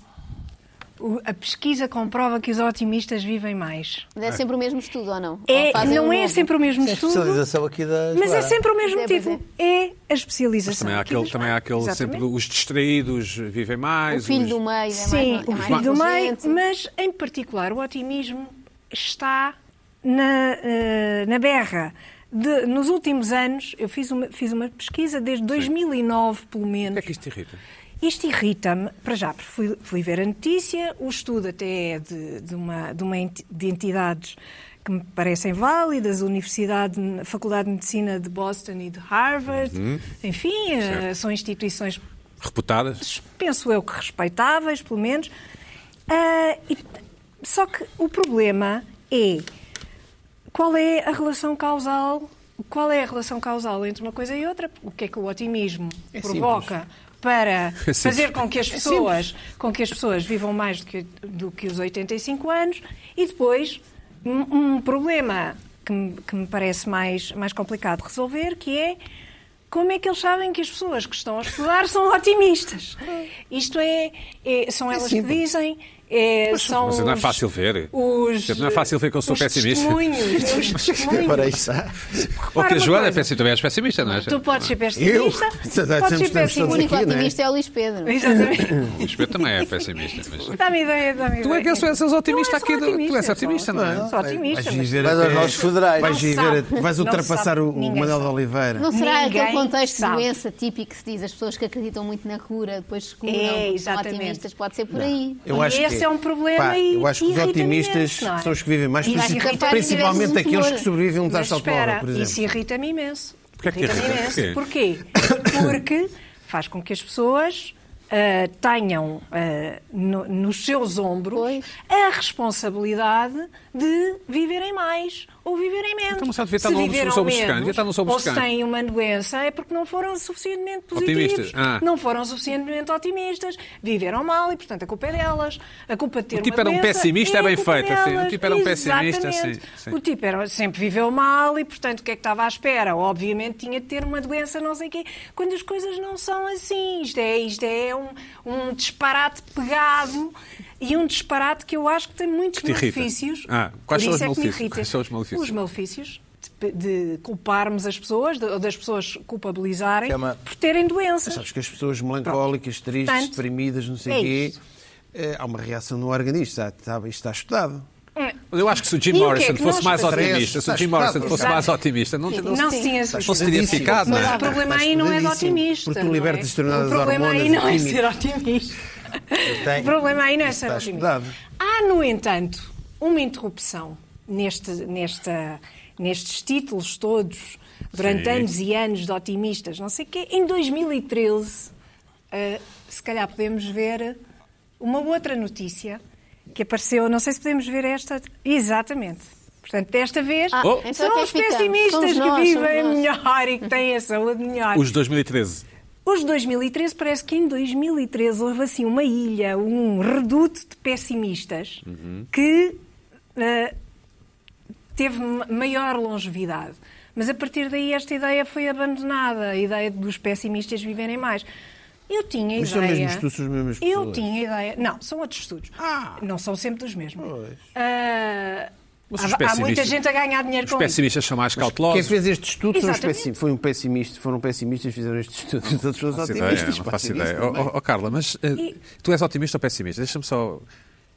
E: o- a pesquisa comprova que os otimistas vivem mais.
B: Mas é sempre o mesmo estudo, ou não? Ou
E: É,
B: fazem um
E: não é
B: novo?
E: sempre o mesmo
G: A
E: estudo,
G: especialização aqui da
E: mas é
G: Joana.
E: sempre o mesmo
B: Pois é,
E: título. É a especialização.
A: Também há
E: aqui da
A: aquele, também há
E: Joana.
A: aquele sempre
E: Exatamente.
A: os distraídos vivem
B: O
A: mais.
B: filho
A: os...
B: do meio é mais,
E: Sim,
B: é mais
E: o filho do meio,
B: inteligente.
E: mas em particular o otimismo está na, eh, na berra. De- nos últimos anos, eu fiz uma, fiz uma pesquisa desde 2009, pelo
A: O que é
E: menos.
A: que isto te irrita?
E: Isto irrita-me, para já, porque fui, fui ver a notícia, o estudo até é de, de uma, de uma enti- de entidades que me parecem válidas, a Universidade, a Faculdade de Medicina de Boston e de Harvard, enfim, eh, são instituições
A: Reputadas?
E: penso eu que respeitáveis, pelo menos. Ah, e- só que o problema é qual é a relação causal, qual é a relação causal entre uma coisa e outra, o que é que o otimismo provoca para
A: É simples. É
E: fazer com que as pessoas, com que as pessoas vivam mais do que, do que os 85 anos e depois um, um problema que me, que me parece mais, mais complicado de resolver, que é como é que eles sabem que as pessoas que estão a estudar são otimistas? Isto é, é- são elas que dizem, É,
A: É
E: são
A: mas não é
E: os-
A: fácil ver.
E: Os,
A: Não é fácil ver que eu sou
E: os
A: pessimista.
E: Testemunhos, os testemunhos.
F: Para isso. ah.
A: Ou que
E: Repara
A: a
E: uma
A: Joana é
E: coisa.
A: pessimista, também és pessimista, não é?
E: Tu podes ser
F: Eu?
E: pessimista. Podes ser
F: Estamos todos
B: O
F: Estamos
E: pessimista.
B: único
F: aqui, não é?
B: otimista é o Luís Pedro.
E: Exatamente.
A: O espelho também é pessimista. Mas...
E: Dá-me ideia, dá-me ideia.
A: Tu é que és- és otimista
E: Não, eu sou
A: aqui do- tu
E: otimista,
A: és otimista,
E: sou-
A: não é?
E: Sou otimista.
D: Vais
E: mas-
D: viver
G: Mas aos
D: até-
G: nossos federais.
D: Vais,
E: Não
D: viver,
E: sabe.
D: vais
E: Não
D: ultrapassar
E: sabe.
D: o, o
E: Ninguém
D: Manuel de
E: sabe.
D: Oliveira.
B: Não será
E: Ninguém
B: aquele contexto
E: sabe.
B: de doença típico que se diz as pessoas que acreditam muito na cura, depois se curam,
E: É,
B: porque são
E: exatamente.
B: otimistas, pode ser por aí.
E: E esse é um problema e-
D: Eu acho que os
E: e irrita
D: otimistas
E: imenso, não é?
D: são os que vivem mais,
E: E vai
D: princi-
E: irritar
D: principalmente
B: imenso um
D: aqueles
B: tumor.
D: que sobrevivem a um
E: Mas
D: desastre
E: espera,
D: autógrafo, por
E: isso
D: exemplo.
E: irrita-me imenso.
A: Porquê é que irrita?
E: imenso. Porquê? Porque faz com que as pessoas ah, tenham ah, no- nos seus ombros
B: Pois.
E: a responsabilidade de viverem mais ou viverem menos.
A: Então, mas já devia estar
E: se
A: no- no
E: viveram
A: sobre os
E: menos,
A: cães, devia estar no sobre
E: ou
A: os
E: se
A: cães.
E: têm uma doença, é porque não foram suficientemente
A: Otimistas,
E: positivos.
A: ah.
E: Não foram suficientemente otimistas. Viveram mal e, portanto, a culpa é delas. A culpa de ter
A: O tipo
E: uma
A: era um
E: doença
A: pessimista, é bem
E: culpa
A: feito, assim. O
E: delas.
A: tipo era um pessimista,
E: Exatamente.
A: sim, sim.
E: O tipo era, sempre viveu mal e, portanto, o que é que estava à espera? Obviamente tinha de ter uma doença, não sei o quê. Quando as coisas não são assim, isto é, isto é um, um disparate pegado e um disparate que eu acho que tem muitos
A: te irrita.
E: malefícios.
A: Ah, quais
E: Por
A: são os
E: isso é que me
A: malefícios?
E: irrita.
A: Quais são os malefícios?
E: Os malefícios de, de culparmos as pessoas, de- ou das pessoas culpabilizarem
G: Que é uma-
E: por terem doenças.
D: Sabes que as pessoas melancólicas, tristes,
E: Portanto,
D: deprimidas, não sei
E: é
D: o quê,
E: isto.
D: eh, há uma reação no organismo. Está, está, isto está estudado.
E: Hum,
A: Mas eu acho que se o Jim
E: E o que é
A: Morrison
E: que
A: fosse
E: nós
A: mais
D: fazemos?
A: otimista, se o Jim
D: Estás
A: Morrison
D: parado.
A: fosse
E: Exato.
A: mais otimista, não, não,
E: Não se tinha
A: não se teria ficado, não
E: Mas o
A: é?
E: problema aí não é de otimista.
D: Porque tu
E: não é?
D: libertas determinadas
E: O problema aí
D: hormonas
E: não é
D: e
E: ser otimista.
G: Tem-
E: O problema aí não é ser
D: está
E: otimista.
D: estudado.
E: Há, no entanto, uma interrupção neste, nesta, nestes títulos todos, durante
A: Sim.
E: anos e anos de otimistas, não sei o quê. Em 2013, ah, se calhar podemos ver uma outra notícia que apareceu, não sei se podemos ver esta. Exatamente. Portanto, desta vez,
B: Ah,
A: Oh.
B: então
E: são
B: quem
E: os
B: fica?
E: pessimistas
B: Somos nós,
E: que vivem
B: somos nós.
E: melhor e que têm a saúde melhor.
A: Os 2013.
E: Os 2013, parece que em 2013 houve assim uma ilha, um reduto de pessimistas
D: Uhum.
E: que ah, teve ma- maior longevidade. Mas a partir daí esta ideia foi abandonada, a ideia dos pessimistas viverem mais. Eu tinha
D: Mas são
E: ideia.
D: mesmo estudos, são as mesmas
E: eu
D: pessoas.
E: tinha ideia. Não, são outros estudos.
D: Ah.
E: Não são sempre dos mesmos. Ah,
A: Mas os
E: há, há muita
A: pessimistas-
E: gente a ganhar dinheiro
A: Os
E: com isso.
A: pessimistas são mais
D: Quem
A: cautelosos.
D: fez este estudo são os
E: Exatamente.
D: pessim- foi um pessimista, foram pessimistas, fizeram este estudo. Os outros foram os
A: Faço ideia,
D: otimistas.
A: não
D: pá,
A: faço
D: é isso
A: ideia.
D: também.
A: Oh, oh, Carla, mas eh,
E: E-
A: tu és otimista ou pessimista? Deixa-me só.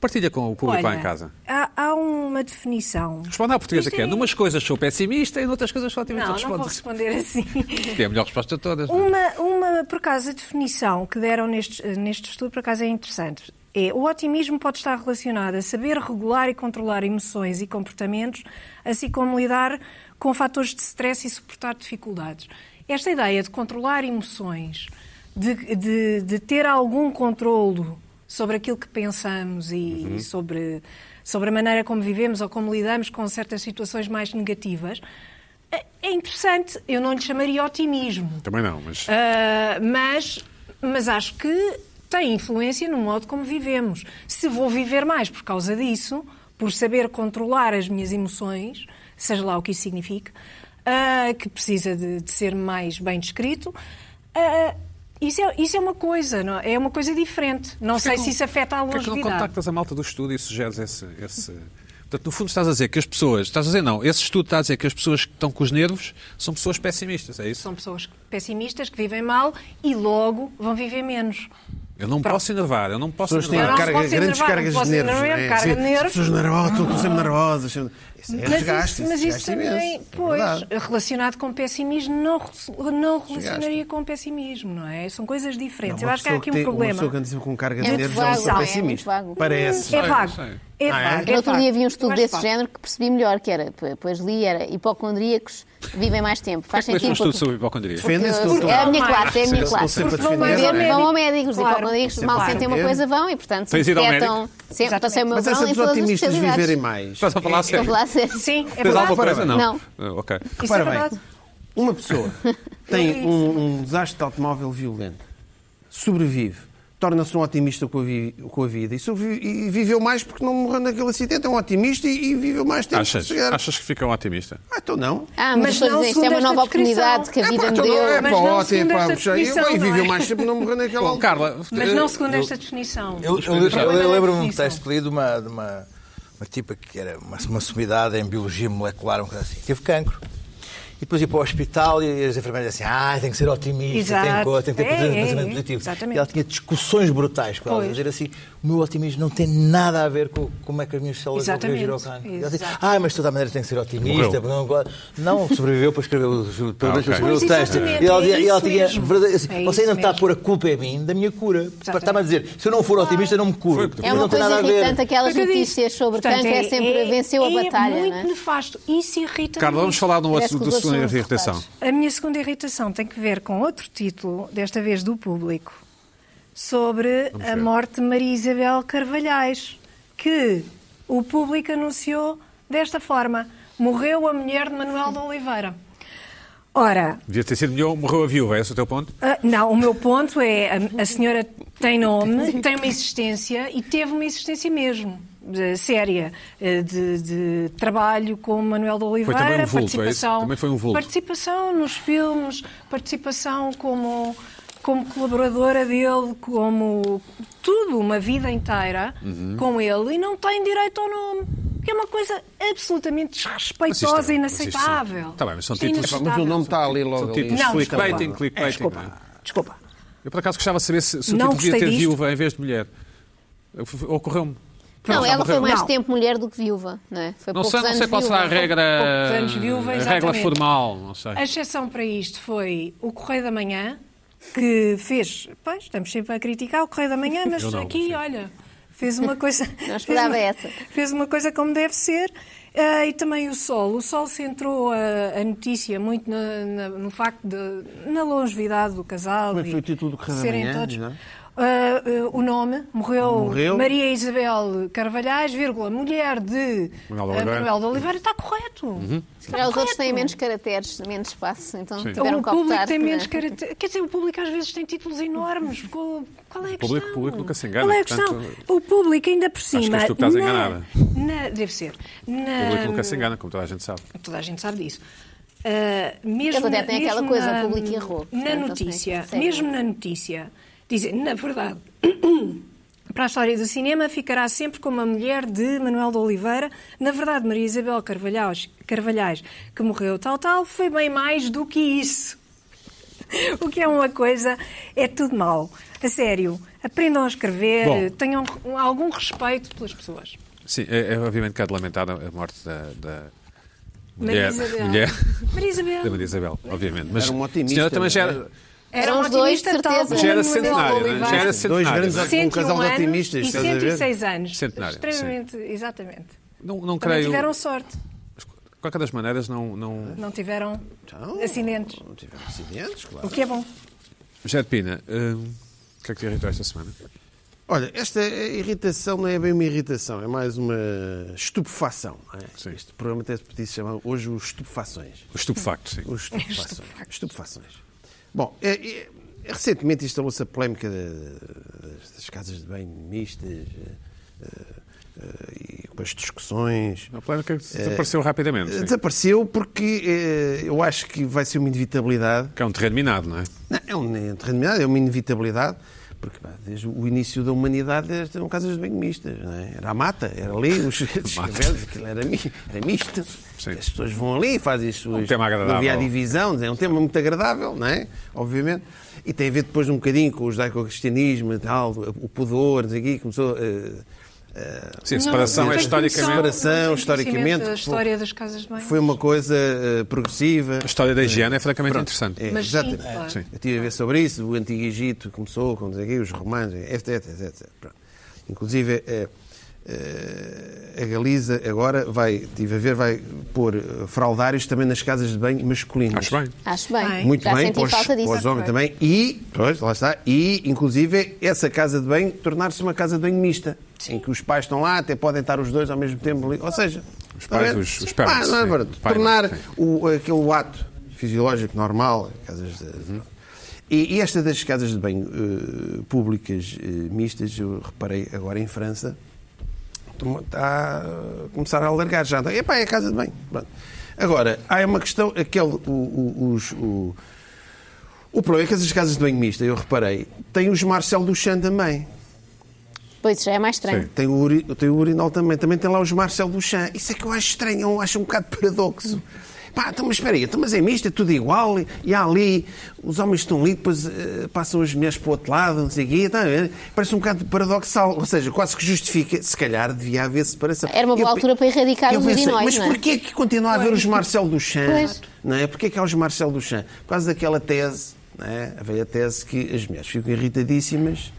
A: Partilha com o público lá em casa.
E: Há, há uma definição.
A: Responde à portuguesa
E: Isto
A: que é.
E: é-
A: Numas coisas sou pessimista e noutras coisas sou otimista.
E: Não, não
A: Responde.
E: vou responder assim.
A: Que é a melhor resposta de todas. não é?
E: Uma, uma, por acaso, a definição que deram neste, neste estudo, por acaso, é interessante. É, o otimismo pode estar relacionado a saber regular e controlar emoções e comportamentos, assim como lidar com fatores de stress e suportar dificuldades. Esta ideia de controlar emoções, de, de, de ter algum controlo sobre aquilo que pensamos e, e sobre, sobre a maneira como vivemos ou como lidamos com certas situações mais negativas, é- é interessante. Eu não lhe chamaria otimismo.
A: Também não,
B: Ah,
A: mas. é
E: Uh, mas, mas acho que tem influência no modo como vivemos. Se vou viver mais por causa disso, por saber controlar as minhas emoções, seja lá o que isso signifique, uh, que precisa de, de ser mais bem descrito. uh, isso é, isso é uma coisa, não é? É uma coisa diferente. Não sei se isso afeta a
A: Porquê é que não
E: longevidade.
A: contactas a malta do estudo e sugeres esse. esse... Portanto, no fundo estás a dizer que as pessoas. Estás a dizer não. Esse estudo está a dizer que as pessoas que estão com os nervos são pessoas pessimistas, é isso?
E: São pessoas pessimistas que vivem mal e logo vão viver menos.
A: Eu não posso enervar, eu não posso
D: As pessoas têm
E: Eu não
A: enervar.
D: carga-
E: posso
D: grandes
E: enervar,
D: cargas
E: não
D: de
E: posso
D: nervos.
E: enervar,
D: não é?
E: carga de
D: Sim,
E: nervosas.
D: As pessoas nervosas, estão sempre nervosas. sempre- Isso é desgaste,
E: mas
D: isso
E: isso
D: desgasta
E: também,
D: imenso, é
E: pois,
D: verdade.
E: relacionado com pessimismo, não, re- não relacionaria com pessimismo, não é? São coisas diferentes.
D: Uma
E: Eu acho que há
D: pessoa
E: aqui
D: tem-
E: um
D: Uma
E: problema.
D: pessoa que anda sempre com carga de
B: É muito
D: nervos
B: vago,
D: é um
B: não é? É
D: pessimista.
B: muito vago.
D: Parece.
E: É
A: sei,
E: vago.
A: sei.
E: É
D: Não é?
E: vago.
B: No
E: é
B: outro
E: vago.
B: dia vi um
E: Eu
B: estudo
E: acho
B: desse
E: vago.
B: género que percebi melhor, que era, depois li, era hipocondríacos vivem mais tempo. Faz
A: Mas um
B: sentido
A: estudo
B: porque-
A: sobre hipocondria.
D: Defendem-se do
B: porque é a minha
E: Porque
B: classe, é a minha
D: estão
B: classe.
D: sempre a
E: Porque vão mais
D: defender, não
E: ao
D: é?
B: Vão ao médico, os
E: Claro.
B: hipocondríacos mal
E: Claro.
B: sentem uma coisa, vão e, portanto, se
A: Tens ido ao
B: infectam. Sempre,
E: Exatamente.
B: passei o meu
D: Mas essas
B: verão em
D: pessoas
B: todas as
D: otimistas
B: especialidades.
D: viverem mais.
A: Estás a falar a
B: Estou a
A: sério?
B: falar a sério.
E: Sim, é
A: Tens alguma
E: verdade.
A: coisa? Não.
B: Não.
A: Ah, ok.
E: Isso é
D: Repara bem.
E: verdade. É
D: Uma pessoa tem um, um desastre de automóvel violento, sobrevive, torna-se um otimista com a, vi- com a vida. E, sobrevi- e viveu mais porque não morreu naquele acidente. É um otimista e, e viveu mais tempo.
A: Achas,
D: para chegar.
A: achas que fica um otimista?
D: Ah, então não.
B: Ah, mas,
E: Mas
B: estou a
E: não
B: dizer, isto é
E: segundo
B: uma
E: esta
B: nova
E: descrição.
B: oportunidade que a
D: É
B: vida
D: pá,
B: me
D: então não, é
B: deu.
E: Mas
D: pá,
E: não
D: ótimo.
E: segundo
D: Pá,
E: esta
D: puxa, eu,
E: definição,
D: bem,
E: não
D: viveu
E: é?
D: mais tempo não morreu naquela
A: Bom,
D: altura.
A: Carla,
E: Mas
A: eh,
E: não segundo
A: eu-
E: esta definição.
G: Eu, eu,
E: O problema
G: eu,
E: é a
G: eu lembro-me de um
E: definição.
G: texto que li de uma, de uma, uma tipa que era uma, uma sumidade em biologia molecular, uma coisa assim. Teve cancro. E depois ia para o hospital e as enfermeiras diziam ah, tem que ser otimista, tem,
E: Exato.
G: que- tem que ter
E: É,
G: pensamento-
E: é,
G: pensamento
E: é.
G: positivo.
E: Exatamente.
G: E ela tinha discussões brutais com ela, a
E: Pois.
G: dizer assim, o meu otimismo não tem nada a ver com como é que as minhas células vão
E: Exatamente.
G: reagir ao cancro. E Ela dizia,
E: Exato.
G: ah, mas de toda a maneira tem que ser otimista. porque Não, gosto." não sobreviveu para escrever o, para
A: Ah, ok.
G: escrever o
E: Pois,
G: texto.
E: exatamente,
G: E ela,
E: é
G: dizia- e ela
E: isso
G: tinha,
E: mesmo.
G: verdade- assim,
E: É isso
G: você ainda está a
E: mesmo.
G: pôr a culpa é mim, da minha cura.
E: Exatamente.
G: Está-me a dizer, se eu não for otimista, não me curo.
A: Foi.
B: É
G: Não
B: uma
G: tem nada
B: coisa
G: a ver.
B: irritante, aquelas
E: Foi o que eu
B: notícias
E: disse.
B: sobre
E: Portanto,
B: cancro é sempre venceu a batalha, não
E: É
B: é?
E: muito nefasto. Isso irrita
A: Carla, vamos falar de um
B: Parece
A: outro,
B: que
A: do
B: os outros
A: segundo
B: são os
A: irritação.
B: rapazes.
E: A minha segunda irritação tem que ver com outro título, desta vez do público, sobre
A: Vamos
E: a
A: ver.
E: morte de Maria Isabel Carvalhais, que o público anunciou desta forma: morreu a mulher de Manuel de Oliveira. Ora,
A: Devia ter sido melhor, morreu a viúva, esse é o teu ponto?
E: ah, não, o meu ponto é: a, a senhora tem nome, tem uma existência e teve uma existência mesmo. de- séria, eh, de, de trabalho com Manuel de Oliveira,
A: também um vulto, é isso?
E: participação,
A: Também foi um vulto.
E: participação nos filmes, participação como, como colaboradora dele, como tudo, uma vida inteira
A: Uhum.
E: com ele e não tem direito ao nome. Que é uma coisa absolutamente
A: Mas
E: desrespeitosa
A: isto
E: e
A: é- mas isto-
E: inaceitável.
A: Tá bem, mas são
E: É
A: títulos-
D: Pá, Mas o nome está ali logo
A: São
D: ali.
A: títulos
E: Não,
A: clickbaiting,
E: desculpa.
A: clickbaiting.
E: É, Desculpa,
A: não é?
E: desculpa.
A: Eu por acaso gostava de saber se, se o
E: Não
A: título devia
E: gostei
A: ter
E: disto.
A: viúva em vez de mulher. F- f- Ocorreu-me.
B: Não,
A: Já
B: ela foi
A: morreu.
B: mais
E: Não.
B: tempo mulher do que viúva, não é? Foi
A: Não
B: poucos
A: sei, não sei
B: anos
A: qual será a
B: viúva.
A: regra,
E: poucos anos viúva,
A: a regra
E: exatamente.
A: formal, não sei.
E: A exceção para isto foi o Correio da Manhã, que fez. Pois, estamos sempre a criticar o Correio da Manhã, mas
A: Eu não,
E: aqui,
A: sim.
E: olha, fez uma coisa.
B: Não esperava
E: fez
B: essa.
E: uma, Fez uma coisa como deve ser. Ah, e também o Sol. O Sol centrou a, a notícia muito na- na- no facto de. na longevidade do casal.
D: Mas
E: e
D: é foi o título do Correio da
E: serem
D: Manhã,
E: todos-
D: não é?
E: Ah, ah, o nome morreu,
D: Morreu.
E: Maria Isabel Carvalhais, vírgula, mulher de
A: Manuel de
E: ah,
A: Oliveira.
E: Manuel de Oliveira, está correto.
D: Uhum.
B: Se calhar Os outros têm menos caracteres, menos espaço, então
A: Sim.
B: tiveram
E: o
B: que
E: público
B: optar.
E: tem
B: por-
E: menos caracteres. Quer dizer, o público às vezes tem títulos enormes. Qual, qual é a
A: Hum. O público-
E: questão?
A: o público nunca se engana,
E: Qual é a
A: portanto,
E: questão? O público ainda por
A: que
E: cima.
A: és tu que estás
E: na-
A: enganada.
E: na- deve ser.
A: O
E: Na,
A: público nunca se engana, como toda a gente sabe.
E: Toda a gente sabe disso. Ah, mesmo
B: Eles até
E: na-
B: têm aquela
E: mesmo
B: coisa,
E: na-
B: o público errou. Portanto,
E: Na
B: eles têm que
E: notícia,
B: seguir.
E: mesmo na notícia, dizem, na verdade, para a história do cinema ficará sempre como a mulher de Manuel de Oliveira. Na verdade, Maria Isabel Carvalhais, Carvalhais que morreu tal, tal, foi bem mais do que isso. O que é uma coisa, é tudo mau. A sério, aprendam a escrever,
A: Bom.
E: tenham algum respeito pelas pessoas.
A: Sim, é, é obviamente que há de lamentar a a morte da, da
E: Maria
A: mulher,
E: Isabel.
A: mulher
E: Maria Isabel.
A: da Maria Isabel, obviamente. Mas
D: Era uma
A: a
D: otimista,
A: senhora também já
D: não é?
A: era,
E: Era
B: Eram
E: um
B: os dois,
E: otimista
B: de
E: tal
B: certeza.
E: como
A: já era
E: Manuel de
A: centenária, não é? já
E: Oliveira.
A: era
D: Dois
A: centenária.
D: grandes
A: não é?
D: atores. Um casal
E: 101
D: de
E: anos
D: otimistas,
E: e
D: estás a ver?
E: 106 anos.
A: Centenário,
E: Extremamente, exatamente.
A: Não, não
E: Também
A: creio.
E: tiveram sorte.
A: Mas, De qualquer das maneiras, não. não...
E: Não tiveram
D: Então,
E: acidentes.
D: Não tiveram acidentes, claro.
E: O que é bom.
A: José de Pina, hum, o que é que te irritou esta semana?
D: Olha, esta irritação não é bem uma irritação, é mais uma estupefação. não é?
A: Sim.
D: Este programa até se podia chamar hoje os estupefações.
A: O estupefacto, sim.
D: Os estupefações. estupefações. Bom, é, é, é, recentemente instalou-se a polémica de- de- das casas de banho mistas eh, eh, eh, e com as discussões.
A: A polémica é desapareceu rapidamente. sim.
D: Desapareceu porque eh, eu acho que vai ser uma inevitabilidade
A: Que é um terreno minado, não é?
D: não, é um determinado, é uma inevitabilidade, porque pá, desde o início da humanidade eram casas de banho mistas, não é? Era a mata, era ali, os os cabelos, aquilo era, mi- era misto.
A: Sim. Um
D: As pessoas vão ali e fazem as suas.
A: tema agradável.
D: Não havia a divisão, é um tema muito agradável, não é? Obviamente. E tem a ver depois um bocadinho com o judaico-cristianismo, e tal, o pudor, não sei o quê, começou. eh,
A: Sim, a separação
E: Não,
A: é
E: não,
A: historicamente.
E: não, não, não, não, não, não, não,
D: historicamente,
E: A história das casas de banho.
D: foi um- uma coisa eh, progressiva.
A: A história da higiene é francamente interessante.
D: É,
E: Mas sim,
D: exatamente.
E: claro.
A: Sim.
D: Eu tive a ver sobre isso, o Antigo Egito começou, com não sei o quê, os romanos, etc, etc, etc. Pronto. Inclusive, eh, eh, a Galiza agora vai, tive a ver, vai pôr eh, fraldários também nas casas de banho masculinas.
A: Acho bem.
B: Acho bem.
E: Bem.
D: Muito
B: Já
D: bem,
B: senti
D: para os,
B: falta disso.
D: para os homens também. E, pois, lá está, e, inclusive, essa casa de banho tornar-se uma casa de banho mista, em que os pais estão lá, até podem estar os dois ao mesmo tempo ali. Ou seja,
A: Os
D: está
A: pais,
D: a ver?
A: os- os parents,
D: Ah, não é
A: sim.
D: verdade.
A: Pai,
D: tornar
A: sim. Uhum.
D: o, aquele ato fisiológico normal, casas de. E, e esta das casas de banho eh, públicas eh, mistas, eu reparei agora em França, toma- está a eh, começar a alargar já. Epá, é a casa de banho. Pronto. Agora, há uma questão, aquele, o, o- os- o- o problema é que essas casas de banho mista, eu reparei, tem os Marcel Duchamp também.
B: Pois já é mais estranho.
A: Sim.
D: Tem o, uri, tem o urinol também. Também tem lá os Marcel Duchamp. Isso é que eu acho estranho, eu acho um bocado paradoxo. Pá, então, mas espera aí, então, mas é misto, é tudo igual, e- e há ali, os homens estão ali, depois eh, passam as mulheres para o outro lado, não sei o quê, tá, eh, parece um bocado paradoxal, ou seja, quase que justifica, se calhar devia haver separação.
B: Era uma boa
D: Eu pe-
B: altura para erradicar
D: eu
B: os
D: pensei,
B: urinóis,
D: Mas
B: não é?
D: porquê que continua a haver os Marcel Duchamp?
B: Pois.
D: Não é? Porquê que há os Marcel Duchamp? Por causa daquela tese, não é? a velha tese que as mulheres ficam irritadíssimas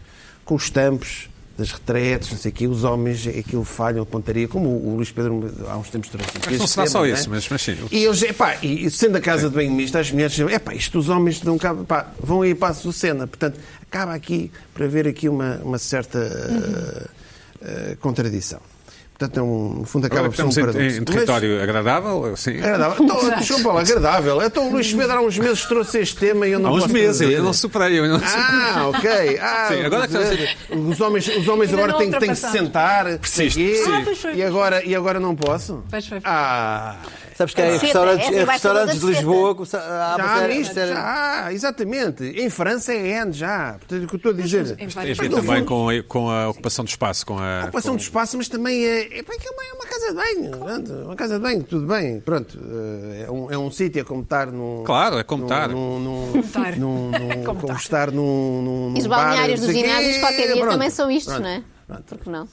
D: com os tampos das retretes, não sei o quê, os homens, aquilo falham a pontaria, como o, o Luís Pedro há uns tempos trouxe. aqui
A: Mas não
D: este
A: será só
D: tema,
A: isso,
D: não é?
A: mas- mas sim.
D: E eles, epá, e sendo a casa de banho mista, as mulheres dizem, epá, isto os homens não cabe, pá, vão aí para a Sucena. Portanto, acaba aqui para haver aqui uma, uma certa eh, eh, contradição. Portanto, é um, no fundo acaba
A: Agora
D: por ser um
A: estamos em,
D: paradoxo.
A: em território agradável, assim.
D: Mas, agradável. Então, desculpa lá, agradável. Então o Luís Pedro há uns meses trouxe este tema e eu não
A: Há uns
D: posso
A: meses, eu
D: trazer.
A: ainda não superei. Eu ainda não superei.
D: Ah, ok. Ah,
A: Sim, agora que está a ser-
D: os homens, os homens
E: Ainda
D: agora
E: não
D: têm, têm que se
E: ultrapassamos.
D: sentar.
A: Persiste,
D: e,
A: persiste.
E: Ah, pois foi.
D: e agora e agora não posso?
E: Pois foi.
D: Ah,
G: Sabes que há
B: Seta,
G: restaurantes,
B: essa vai
G: em
B: ser
G: restaurantes
B: outra
G: de
B: seta.
G: Lisboa. começa- há uma
D: já há
G: série-
D: nisto, já há, exatamente. Em França é N já. Portanto, o que eu estou a dizer.
E: em
A: Tem a
E: vários
A: ver
D: Mas, no
A: também
D: fundo,
A: com a, com a ocupação do espaço, com a.
D: A ocupação
A: com-
D: de um espaço, mas também é, é, bem que é uma- é uma casa de banho. pronto, uma casa de banho, tudo bem. Pronto, eh, é um, é um sítio, é como estar num.
A: Claro, é como
D: num-
A: estar.
D: num- num-
E: estar.
D: num-
B: É
D: num- como
E: Como estar.
D: estar num. num-
B: E os
D: num bar,
B: balneários
D: não
B: dos
D: sei quê,
B: ginásios qualquer dia
D: pronto,
B: também são isto,
D: pronto.
B: não é?
D: Pronto.
B: Porque não?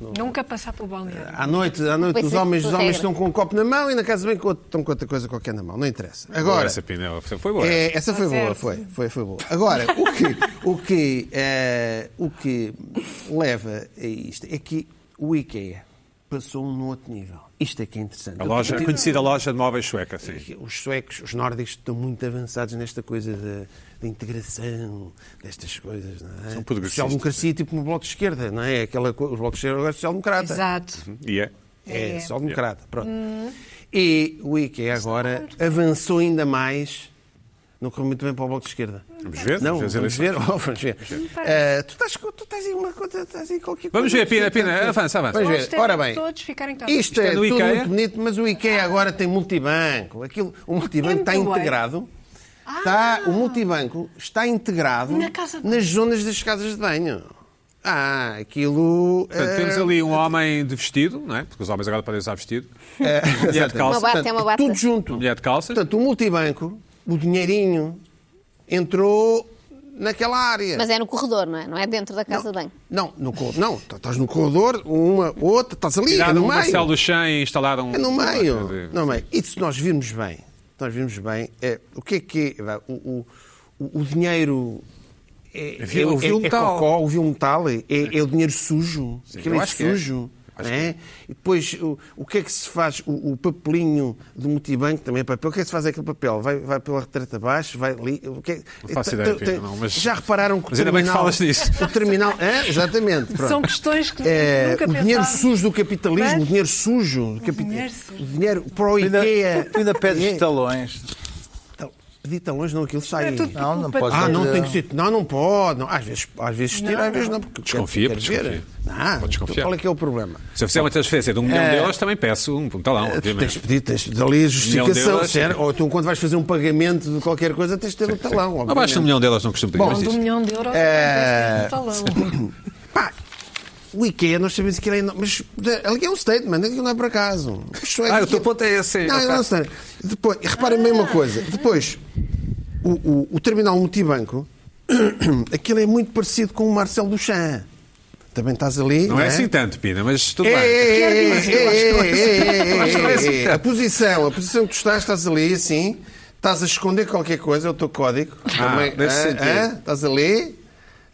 A: Não.
E: Nunca passar pelo balneário.
D: À noite, à noite
B: Pois
D: os,
B: é,
D: homens, os
B: por
D: homens
B: regra.
D: estão com um copo na mão e na casa de banho com outro- estão com outra coisa qualquer na mão, não interessa.
A: Agora,
D: Agora,
A: essa opinião foi boa.
D: É, essa foi
E: Tá
D: boa,
E: certo.
D: foi, foi, foi boa. Agora, o que, o, que, eh, o que leva a isto é que o IKEA passou um no outro nível. Isto é que é interessante.
A: A loja, a conhecida loja de móveis sueca, sim.
D: Os suecos, os nórdicos estão muito avançados nesta coisa da da integração, destas coisas, não é?
A: São progressistas.
D: Social-democracia, tipo no Bloco de Esquerda, não é? Aquela, co- o Bloco de Esquerda agora é social-democrata.
E: Exato.
A: E é.
D: É,
E: É. Hum.
D: social-democrata. Pronto. E o IKEA agora avançou ainda mais. Não correu muito bem para o Bloco de Esquerda.
A: Vamos ver,
D: Não,
A: vamos
D: vamos
A: ver as
D: ver. Oh, vamos ver. Eh, tu, estás, com- tu estás aí uma coisa, estás aí qualquer coisa.
A: Vamos ver, Pina, Pina, avança, avança.
D: Vamos
E: Todos
D: ver.
E: terem-
D: Ora bem,
E: é todos então. Ah. ficarem todos.
D: isto é,
A: é do
D: tudo
A: IKEA?
D: muito bonito, mas o IKEA agora tem multibanco. Aquilo, o multibanco está
E: Multibanco.
D: integrado. Está, o multibanco está integrado
E: Ah. Na casa de-
D: nas zonas das casas de banho. Ah, aquilo.
A: Portanto,
D: eh,
A: temos ali um homem de vestido, não é? Porque os homens agora podem usar vestido.
D: É,
A: Uma mulher de
B: Uma
A: calça.
B: bata é uma bata.
D: Tudo junto.
A: Uma mulher de calças.
D: Portanto, o multibanco, o dinheirinho, entrou naquela área.
B: Mas é no corredor, não é? Não é dentro da casa de banho.
D: Não, no corredor. Não, t- estás no corredor, uma, outra, estás ali, é
A: Tiraram
D: no
A: o Marcelo
D: meio.
A: Duchamp e instalaram...
D: É no
A: uma
D: meio.
A: marca de-
D: No meio. E se nós virmos bem, se nós virmos bem, é, o que é que é? vá, O, o, o dinheiro. É,
A: vil-
D: é-
A: o vil
D: é- é
A: metal.
D: cocó, o vil metal é, é- é o dinheiro sujo. Aquilo
A: eu
D: é
A: acho que é.
D: sujo.
A: Acho
D: não é? E depois, o, o que é que se faz? O, o papelinho do multibanco também é papel. O que é que se faz aquele papel? Vai, vai pela retreta abaixo? Vai ali? O que é-
A: Não faço
D: Tem-
A: ideia,
D: tem-
A: Pedro, não, mas-
D: Já repararam que o
A: Mas ainda bem que
D: terminal-
A: falas disso.
D: O terminal... Hã? exatamente. pronto.
E: São questões que
D: É,
E: nunca
D: o dinheiro
E: pensava.
D: sujo do capitalismo,
E: Mas-
D: o dinheiro sujo do
E: dinheiro
D: capitalismo.
E: sujo.
D: O dinheiro para o
G: Tu ainda,
D: IKEA. Então,
G: tu ainda pedes
D: É,
G: talões.
D: tal- Pedir talões, não, aquilo sai.
E: É tudo por
G: Não, não
E: culpa
G: podes
E: de-
D: Ah, não
G: Mas,
D: tem
G: eh,
D: que ser. Não, não pode. Não. Às vezes, às vezes tira, às vezes não. Porque
A: Desconfia,
D: quero-
A: desconfia.
D: quero ver. Não,
A: Pode desconfiar.
D: Qual é que é o problema?
A: Se eu fizer uma transferência de um milhão de euros, também peço um, um talão,
D: Tu É. tens de
A: obviamente.
D: pedir, tens de dar ali a
A: Milhão de
D: justificação.
A: euros,
D: sério.
A: sim.
D: Ou tu, quando vais fazer um pagamento de qualquer coisa, tens de ter o talão.
A: Não Abaixo de um
D: obviamente.
A: milhão de euros não costumo pedir, mas
E: de um
A: isto.
E: milhão de euros
D: É.
E: é... talão.
D: Pá, o IKEA, nós sabemos que ele é enorme, mas ali é um statement, aquilo não é por acaso. Isto é-
A: Ah, o teu ponto é esse,
D: Não,
A: ok.
D: não é um statement. Depois, reparem bem uma coisa. Depois, o, o- o terminal multibanco, aquilo é muito parecido com o Marcelo Duchamp. Também estás ali.
A: Não é assim tanto, Pina, mas tudo
D: né? É,
A: bem.
D: é, é,
E: Quer dizer, eu
D: é,
E: acho que não é
D: é,
E: assim.
D: é, é,
A: Eu acho que não é
D: é,
A: assim
D: é.
A: tanto.
D: A posição, a posição que tu estás, estás ali assim, estás a esconder qualquer coisa, é o teu código.
A: Ah, nesse
D: ah,
A: sentido.
D: ah, estás ali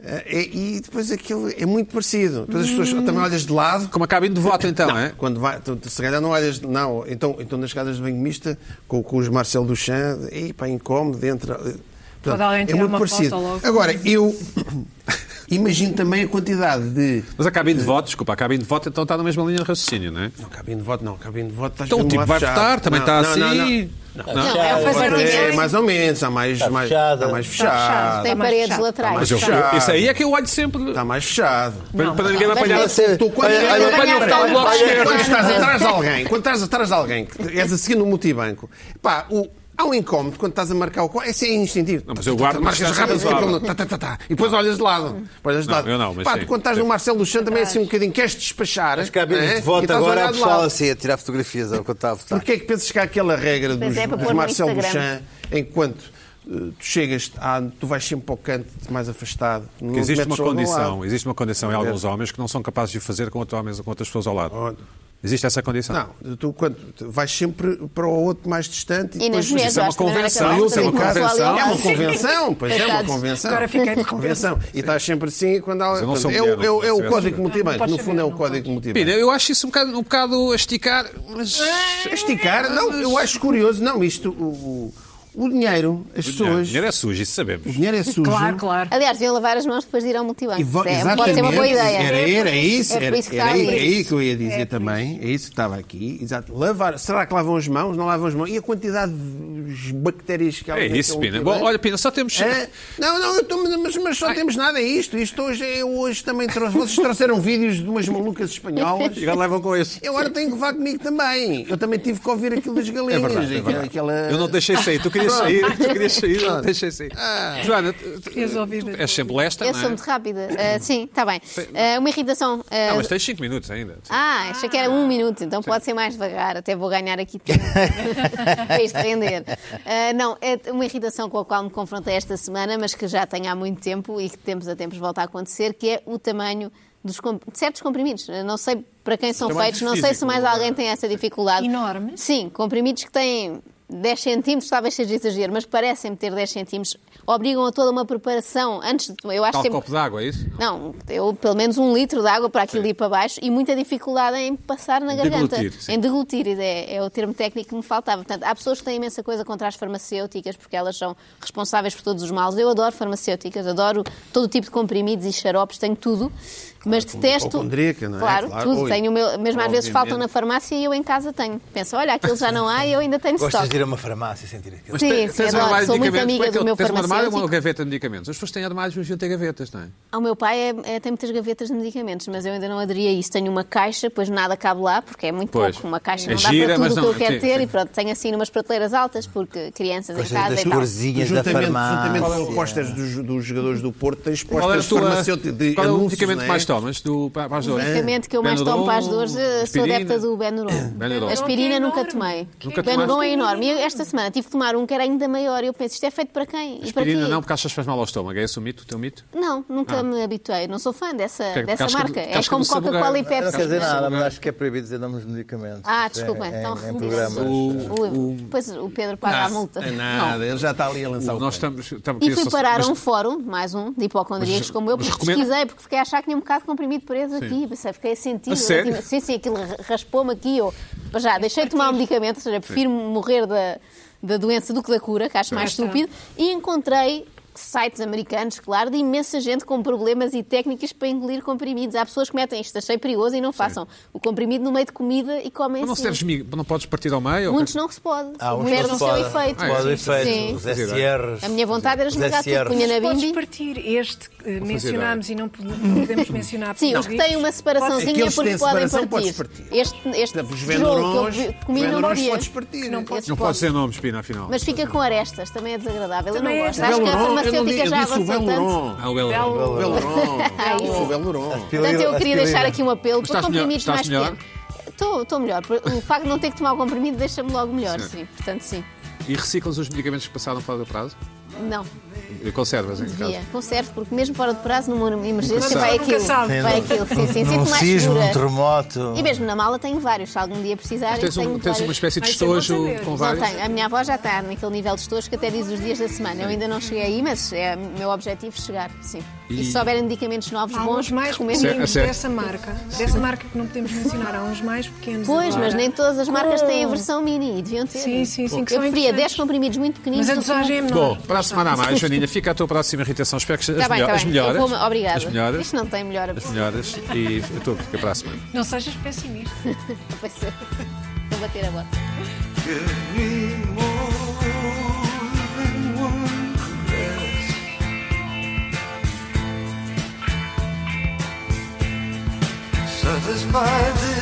D: ah, e, e depois aquilo é muito parecido. Depois as pessoas também olhas de lado.
A: Como a cabine de voto, então, é?
D: Quando vai, tu, tu, se calhar não olhas. Não, então, então nas casas de banho mista, com, com os Marcelo Duchamp, e pá, incómodo, entra. eh, Portanto,
E: alguém
D: é
E: tirar
D: muito
E: uma foto
D: parecido.
E: logo.
D: Agora, eu imagino também a quantidade de.
A: Mas a cabine de voto, desculpa, a cabine de voto então está na mesma linha de raciocínio, não é?
D: Não, cabine de voto não, cabine de voto estás
A: Então o
D: mesmo
A: tipo
D: lá
A: vai
D: fechado.
A: votar, também
D: Não,
A: está
D: não, não,
A: assim.
D: não.
B: Não, é o fazer
D: É,
B: Tem-
D: mais ou menos, está mais,
G: Está
D: mais,
G: fechada.
D: está mais
G: Está
D: fechado.
B: Tem
E: Está mais
B: paredes
E: fechado.
B: laterais.
A: Mas eu, eu, isso aí é que eu olho sempre
D: Está mais fechado.
A: para, para ninguém me
B: Mas
A: apanhar.
B: você-
D: Tu, quando,
B: Olha,
D: quando-
B: olha,
D: quando-
B: olha,
D: quando-
B: olha,
D: quando- quando
B: olha.
D: estás atrás de alguém, quando estás atrás de alguém, que és a seguir no multibanco, pá, o- há um incómodo quando estás a marcar o qual. Esse é instintivo.
A: Não, mas eu guardo
D: Marcas
A: distância
D: rápido,
A: razoável.
D: aquilo, tá, tá, tá, tá, e depois olhas de lado. Depois olhas de
A: Não,
D: lado.
A: eu não, mas
D: pá,
A: sim.
D: tu quando estás no Marcelo Luchan também é assim um bocadinho, queres despachar.
G: As cabines
D: né?
G: de
D: E
G: voto
D: estás a
G: agora,
D: olhar
G: a
D: de
G: pessoal
D: lado.
G: assim a tirar fotografias ao que eu estava a votar.
D: Porquê é que pensas que há aquela regra
B: Pois
D: dos,
B: é, para
D: dos
B: pôr no
D: Marcelo
B: Instagram.
D: Luchan em que quando eh, tu chegas, ah, tu vais sempre para o canto mais afastado? não
A: Que
D: te
A: existe
D: metes
A: uma
D: logo ao lado.
A: condição, existe uma condição em
D: é.
A: alguns homens que não são capazes de fazer com, outro homens, com outras pessoas ao lado.
D: Olha.
A: Existe essa condição.
D: Não, tu quando tu vais sempre para o outro mais distante e,
B: E nas
D: depois
B: mulheres,
A: isso é uma
B: acho que também não
A: convenção,
B: capaz
A: isso é uma
B: de fazer com o pessoal
A: convenção.
D: É
B: ao
D: uma
B: lado.
D: convenção, pois é uma
B: Coitados.
D: convenção.
E: Agora fiquei
D: É uma convenção. E estás sempre assim quando há.
A: eu não
D: portanto,
A: sou
D: é,
A: mulher,
D: o- é o- é
A: não
D: o
A: sei
D: código
A: se-
D: multibanco.
E: Não
D: No
E: posso
D: fundo é o
E: saber,
D: código
A: Pina,
D: multibanco.
A: eu acho isso um bocado, um bocado a esticar, mas.
D: Esticar, não, eu acho curioso. Não, isto, o, o- o dinheiro, as
A: Não, O
D: pessoas.
A: dinheiro é sujo, isso
D: O
A: sabemos.
D: dinheiro é sujo.
E: Claro, claro.
B: Aliás, deviam lavar as mãos depois de ir ao multibanco.
D: E vo-
B: É, pode ser uma boa ideia.
D: Era, era isso,
B: É por
D: era,
B: isso que
D: era
B: está
D: aí,
B: ali.
D: é aí que eu ia dizer também. É isso que estava aqui. Exato. Lavar. Será que lavam as mãos? Não lavam as mãos? E a quantidade de bactérias que há
A: É
D: naquele
A: isso, Pina.
D: multibanco?
A: Bom, olha, Pina, só temos.
D: É, não, não, eu tô, mas, mas só temos nada a isto. Isto hoje, eu hoje também trouxe. Vocês trouxeram vídeos de umas malucas espanholas.
A: E agora levam com esse.
D: Eu agora tenho que levar comigo também. Eu também tive que ouvir aquilo das galinhas.
A: verdade, é
D: aquela-
A: verdade.
D: aquela-
A: Eu não te deixei sair, tu querias sair, tu querias sair, eu não te deixei sair.
D: Ah.
A: Joana, tu- tu-
E: Resolvi
A: tu
E: mesmo.
A: és sempre lesta,
B: Eu
A: não é?
B: sou muito rápida. Ah, sim, está bem. Ah, uma irritação. ah,
A: Ah, mas tens 5 minutos ainda.
B: Ah, achei que era um minuto, então pode ser mais devagar, até vou ganhar aqui tempo para isto render. Ah, não, é uma irritação com a qual me confrontei esta semana, mas que já tenho há muito tempo e que de tempos a tempos volta a acontecer, que é o tamanho dos com- de certos comprimidos. Ah, Não sei para quem são
A: Tamanho
B: feitos, não sei
A: físico,
B: se mais
A: não é?
B: alguém tem essa dificuldade.
E: Enormes?
B: Sim, comprimidos que têm 10 centímetros, talvez seja exagero, mas parecem-me ter 10 centímetros, obrigam a toda uma preparação antes de. Eu acho
A: Tal
B: sempre-
A: copo d'água, é isso?
B: não, eu pelo menos um litro de água para aquilo ir para baixo e muita dificuldade em passar na garganta.
A: deglutir, sim.
B: em deglutir, é, é o termo técnico que me faltava. Portanto, há pessoas que têm imensa coisa contra as farmacêuticas porque elas são responsáveis por todos os males. Eu adoro farmacêuticas, adoro todo o tipo de comprimidos e xaropes, tenho tudo, mas detesto.
D: hipocondríaca, não é?
B: Claro,
D: Claro,
B: tudo.
D: ui,
B: Tenho o meu, mesmo às vezes
D: obviamente.
B: faltam na farmácia e eu em casa tenho. Penso, olha, aquilo já não há e eu ainda tenho
G: Gostas
B: estoque.
G: de ir a uma farmácia e sentir aquilo.
B: Sim,
A: Tens-
B: sim,
A: tens um
B: adoro.
A: armário de
B: Sou muito
A: medicamentos,
B: amiga
A: como é que
B: do meu
A: Tens um armário ou
B: farmacêutico.
A: uma gaveta de medicamentos? As pessoas têm armários, mas deviam ter gavetas, não é?
B: O meu pai é- é- tem muitas gavetas de medicamentos, mas eu ainda não aderi a isso. Tenho uma caixa, pois nada cabe lá, porque é muito
A: Pois.
B: pouco. Uma caixa
A: É
B: não dá
A: gira,
B: para
A: mas
B: tudo
A: não-
B: o que eu quero
A: sim,
B: ter
A: sim.
B: e pronto, tenho assim numas prateleiras altas, porque crianças em
G: Gostas
B: casa
G: das
B: e tal.
G: corzinhas da
D: Juntamente,
G: farmácia.
D: juntamente com posters dos, dos jogadores do Porto, tens
A: Qual é, a
D: posters
A: tua,
D: farmacêuticos de
A: qual é o
D: anúncios,
A: medicamento que
D: não é?
A: mais tomas do, para, para as
B: O
A: dores?
B: medicamento que eu mais tomo para as dores, eh, sou
A: aspirina.
B: adepta do Benuron.
A: Benuron.
B: Aspirina
E: Que
B: nunca
E: enorme.
B: tomei.
A: Nunca
B: Benuron
A: tomaste?
B: é enorme. E eu, esta semana tive que tomar um que era ainda maior e eu penso, isto é feito para quem? E para quê?
A: Aspirina não, porque achas que faz mal ao estômago. É esse o mito, o teu mito?
B: Não, nunca me habituei. Não sou fã dessa,
A: Porque é
B: dessa
A: casca de-
B: marca. é
A: casca
B: como
A: do sabugal.
B: Coca-Cola e
A: Eu não quero
G: Não
B: Pepsi.
G: quer dizer nada, mas acho que é proibido dizer nomes de medicamentos.
B: Ah,
G: Isso é-
B: desculpem.
G: é-
B: Então,
G: Em programas.
B: Ui, Pois o Pedro paga
A: Ah,
B: a multa.
D: É nada, ele já está ali a lançar o
A: Nós
D: pano.
A: estamos... estamos
B: E fui parar
A: mas,
B: a um fórum, mais um, de hipocondríacos
A: Mas-
B: como eu,
A: mas
B: porque
A: recomenda-
B: pesquisei, porque fiquei a achar que tinha um bocado de comprimido preso aqui, pensei, fiquei a sentir.
A: A sério?
B: tive- Sim, sim, aquilo ra- raspou-me aqui. Ou, mas já, deixei de tomar o medicamento, ou seja, prefiro morrer da, da doença do que da cura, que acho mais
E: está.
B: estúpido. E encontrei sites americanos, claro, de imensa gente com problemas e técnicas para engolir comprimidos. Há pessoas que metem isto, achei perigoso e não façam. O comprimido no meio de comida e comem
A: Mas não, se
B: assim.
A: deves, mig- não podes partir ao meio?
B: Muitos não se pode.
G: Há uns
B: Perde
G: que
B: o
G: se
B: seu
G: podem.
B: efeito.
G: Pode o efeito,
B: Sim.
G: os SRs.
B: A minha vontade era
G: os
B: esmagar tudo,
G: SRs.
B: punha na
E: Podes
B: bimbi.
E: partir este que eh, mencionámos e não podemos mencionar
B: Sim, os que têm uma separaçãozinha
D: Aqueles que
B: porque
D: têm
B: podem
D: separação,
B: partir.
D: podes partir.
B: Este, este
D: Os
B: tijolo
D: vendorões,
B: que eu
D: os
B: vi- comi não
D: vendorões
B: podia.
D: podes partir.
E: Não podes.
B: Esses
A: Não podes
B: podes.
A: dizer nomes, Pina, afinal.
B: Mas fica com arestas, também é desagradável. Eu
E: Também
B: não
E: é
B: gosto. Acho que a
D: Beluron, eu não
B: farmacêutica
D: digo-
B: já
D: disse o
B: avançou tanto. É
D: Beluron.
A: Ah, o El-
E: Belo-
D: O Beluron.
B: Ai,
D: Disse o Beluron.
B: Portanto, eu queria
G: Aspirina.
B: deixar aqui um apelo
A: Mas
B: para
A: É estás melhor-
B: comprimidos
A: estás
B: mais
A: melhor?
B: pequenos. Estou estou melhor. O facto de não ter que tomar o comprimido deixa-me logo melhor,
A: Sim.
B: sim. Portanto, sim.
A: E reciclas os medicamentos que passaram fora do prazo?
B: Não,
A: E conservas em
B: devia.
A: casa?
B: Conservo, porque mesmo fora de prazo, numa
A: Nunca
B: emergência,
A: sabe.
B: vai
E: Nunca
B: aquilo.
E: sabe.
B: Vai aquilo, sim, sim.
G: Num
B: Sinto-me mais
G: sismo, num
B: segura.
G: terremoto.
B: E mesmo na mala tenho vários. Se algum dia precisar,
A: Tens,
B: tenho
A: um, tens uma
B: vários.
A: espécie de
E: Ai, isso é bom
A: estojo
E: saber.
A: com
E: Não
B: Não
A: vários?
B: tenho. A minha avó já está naquele nível de estojo que até diz os dias da semana. Eu ainda não cheguei aí, mas é o meu objetivo chegar, sim. E,
A: E-
B: se souberem medicamentos novos,
E: Há uns
B: bons,
E: mais
B: recomendo.
A: Sim.
E: pequeninos
A: Certo.
E: dessa marca, dessa marca que não podemos mencionar, há uns mais pequenos.
B: Pois,
E: agora.
B: mas nem todas as marcas têm a versão mini e deviam ter.
E: Sim, sim, sim, que
B: Eu
E: são
B: preferia 10
E: interessantes.
B: comprimidos muito pequeninos.
E: Mas a
B: do que um-
E: dosagem é menor.
A: Bom, para a semana a mais, Janina, fica a tua próxima irritação. Espero que as,
B: Está Tá bem,
A: melho-
B: está
A: as
B: bem. Eu
A: melhoras.
B: vou- Obrigada.
A: As melhoras.
B: Isto não tem melhor
A: As melhoras. E a tua fica para a semana.
E: Não sejas
B: é.
E: pessimista.
B: Vou bater a bota.
F: queremos
D: satisfied the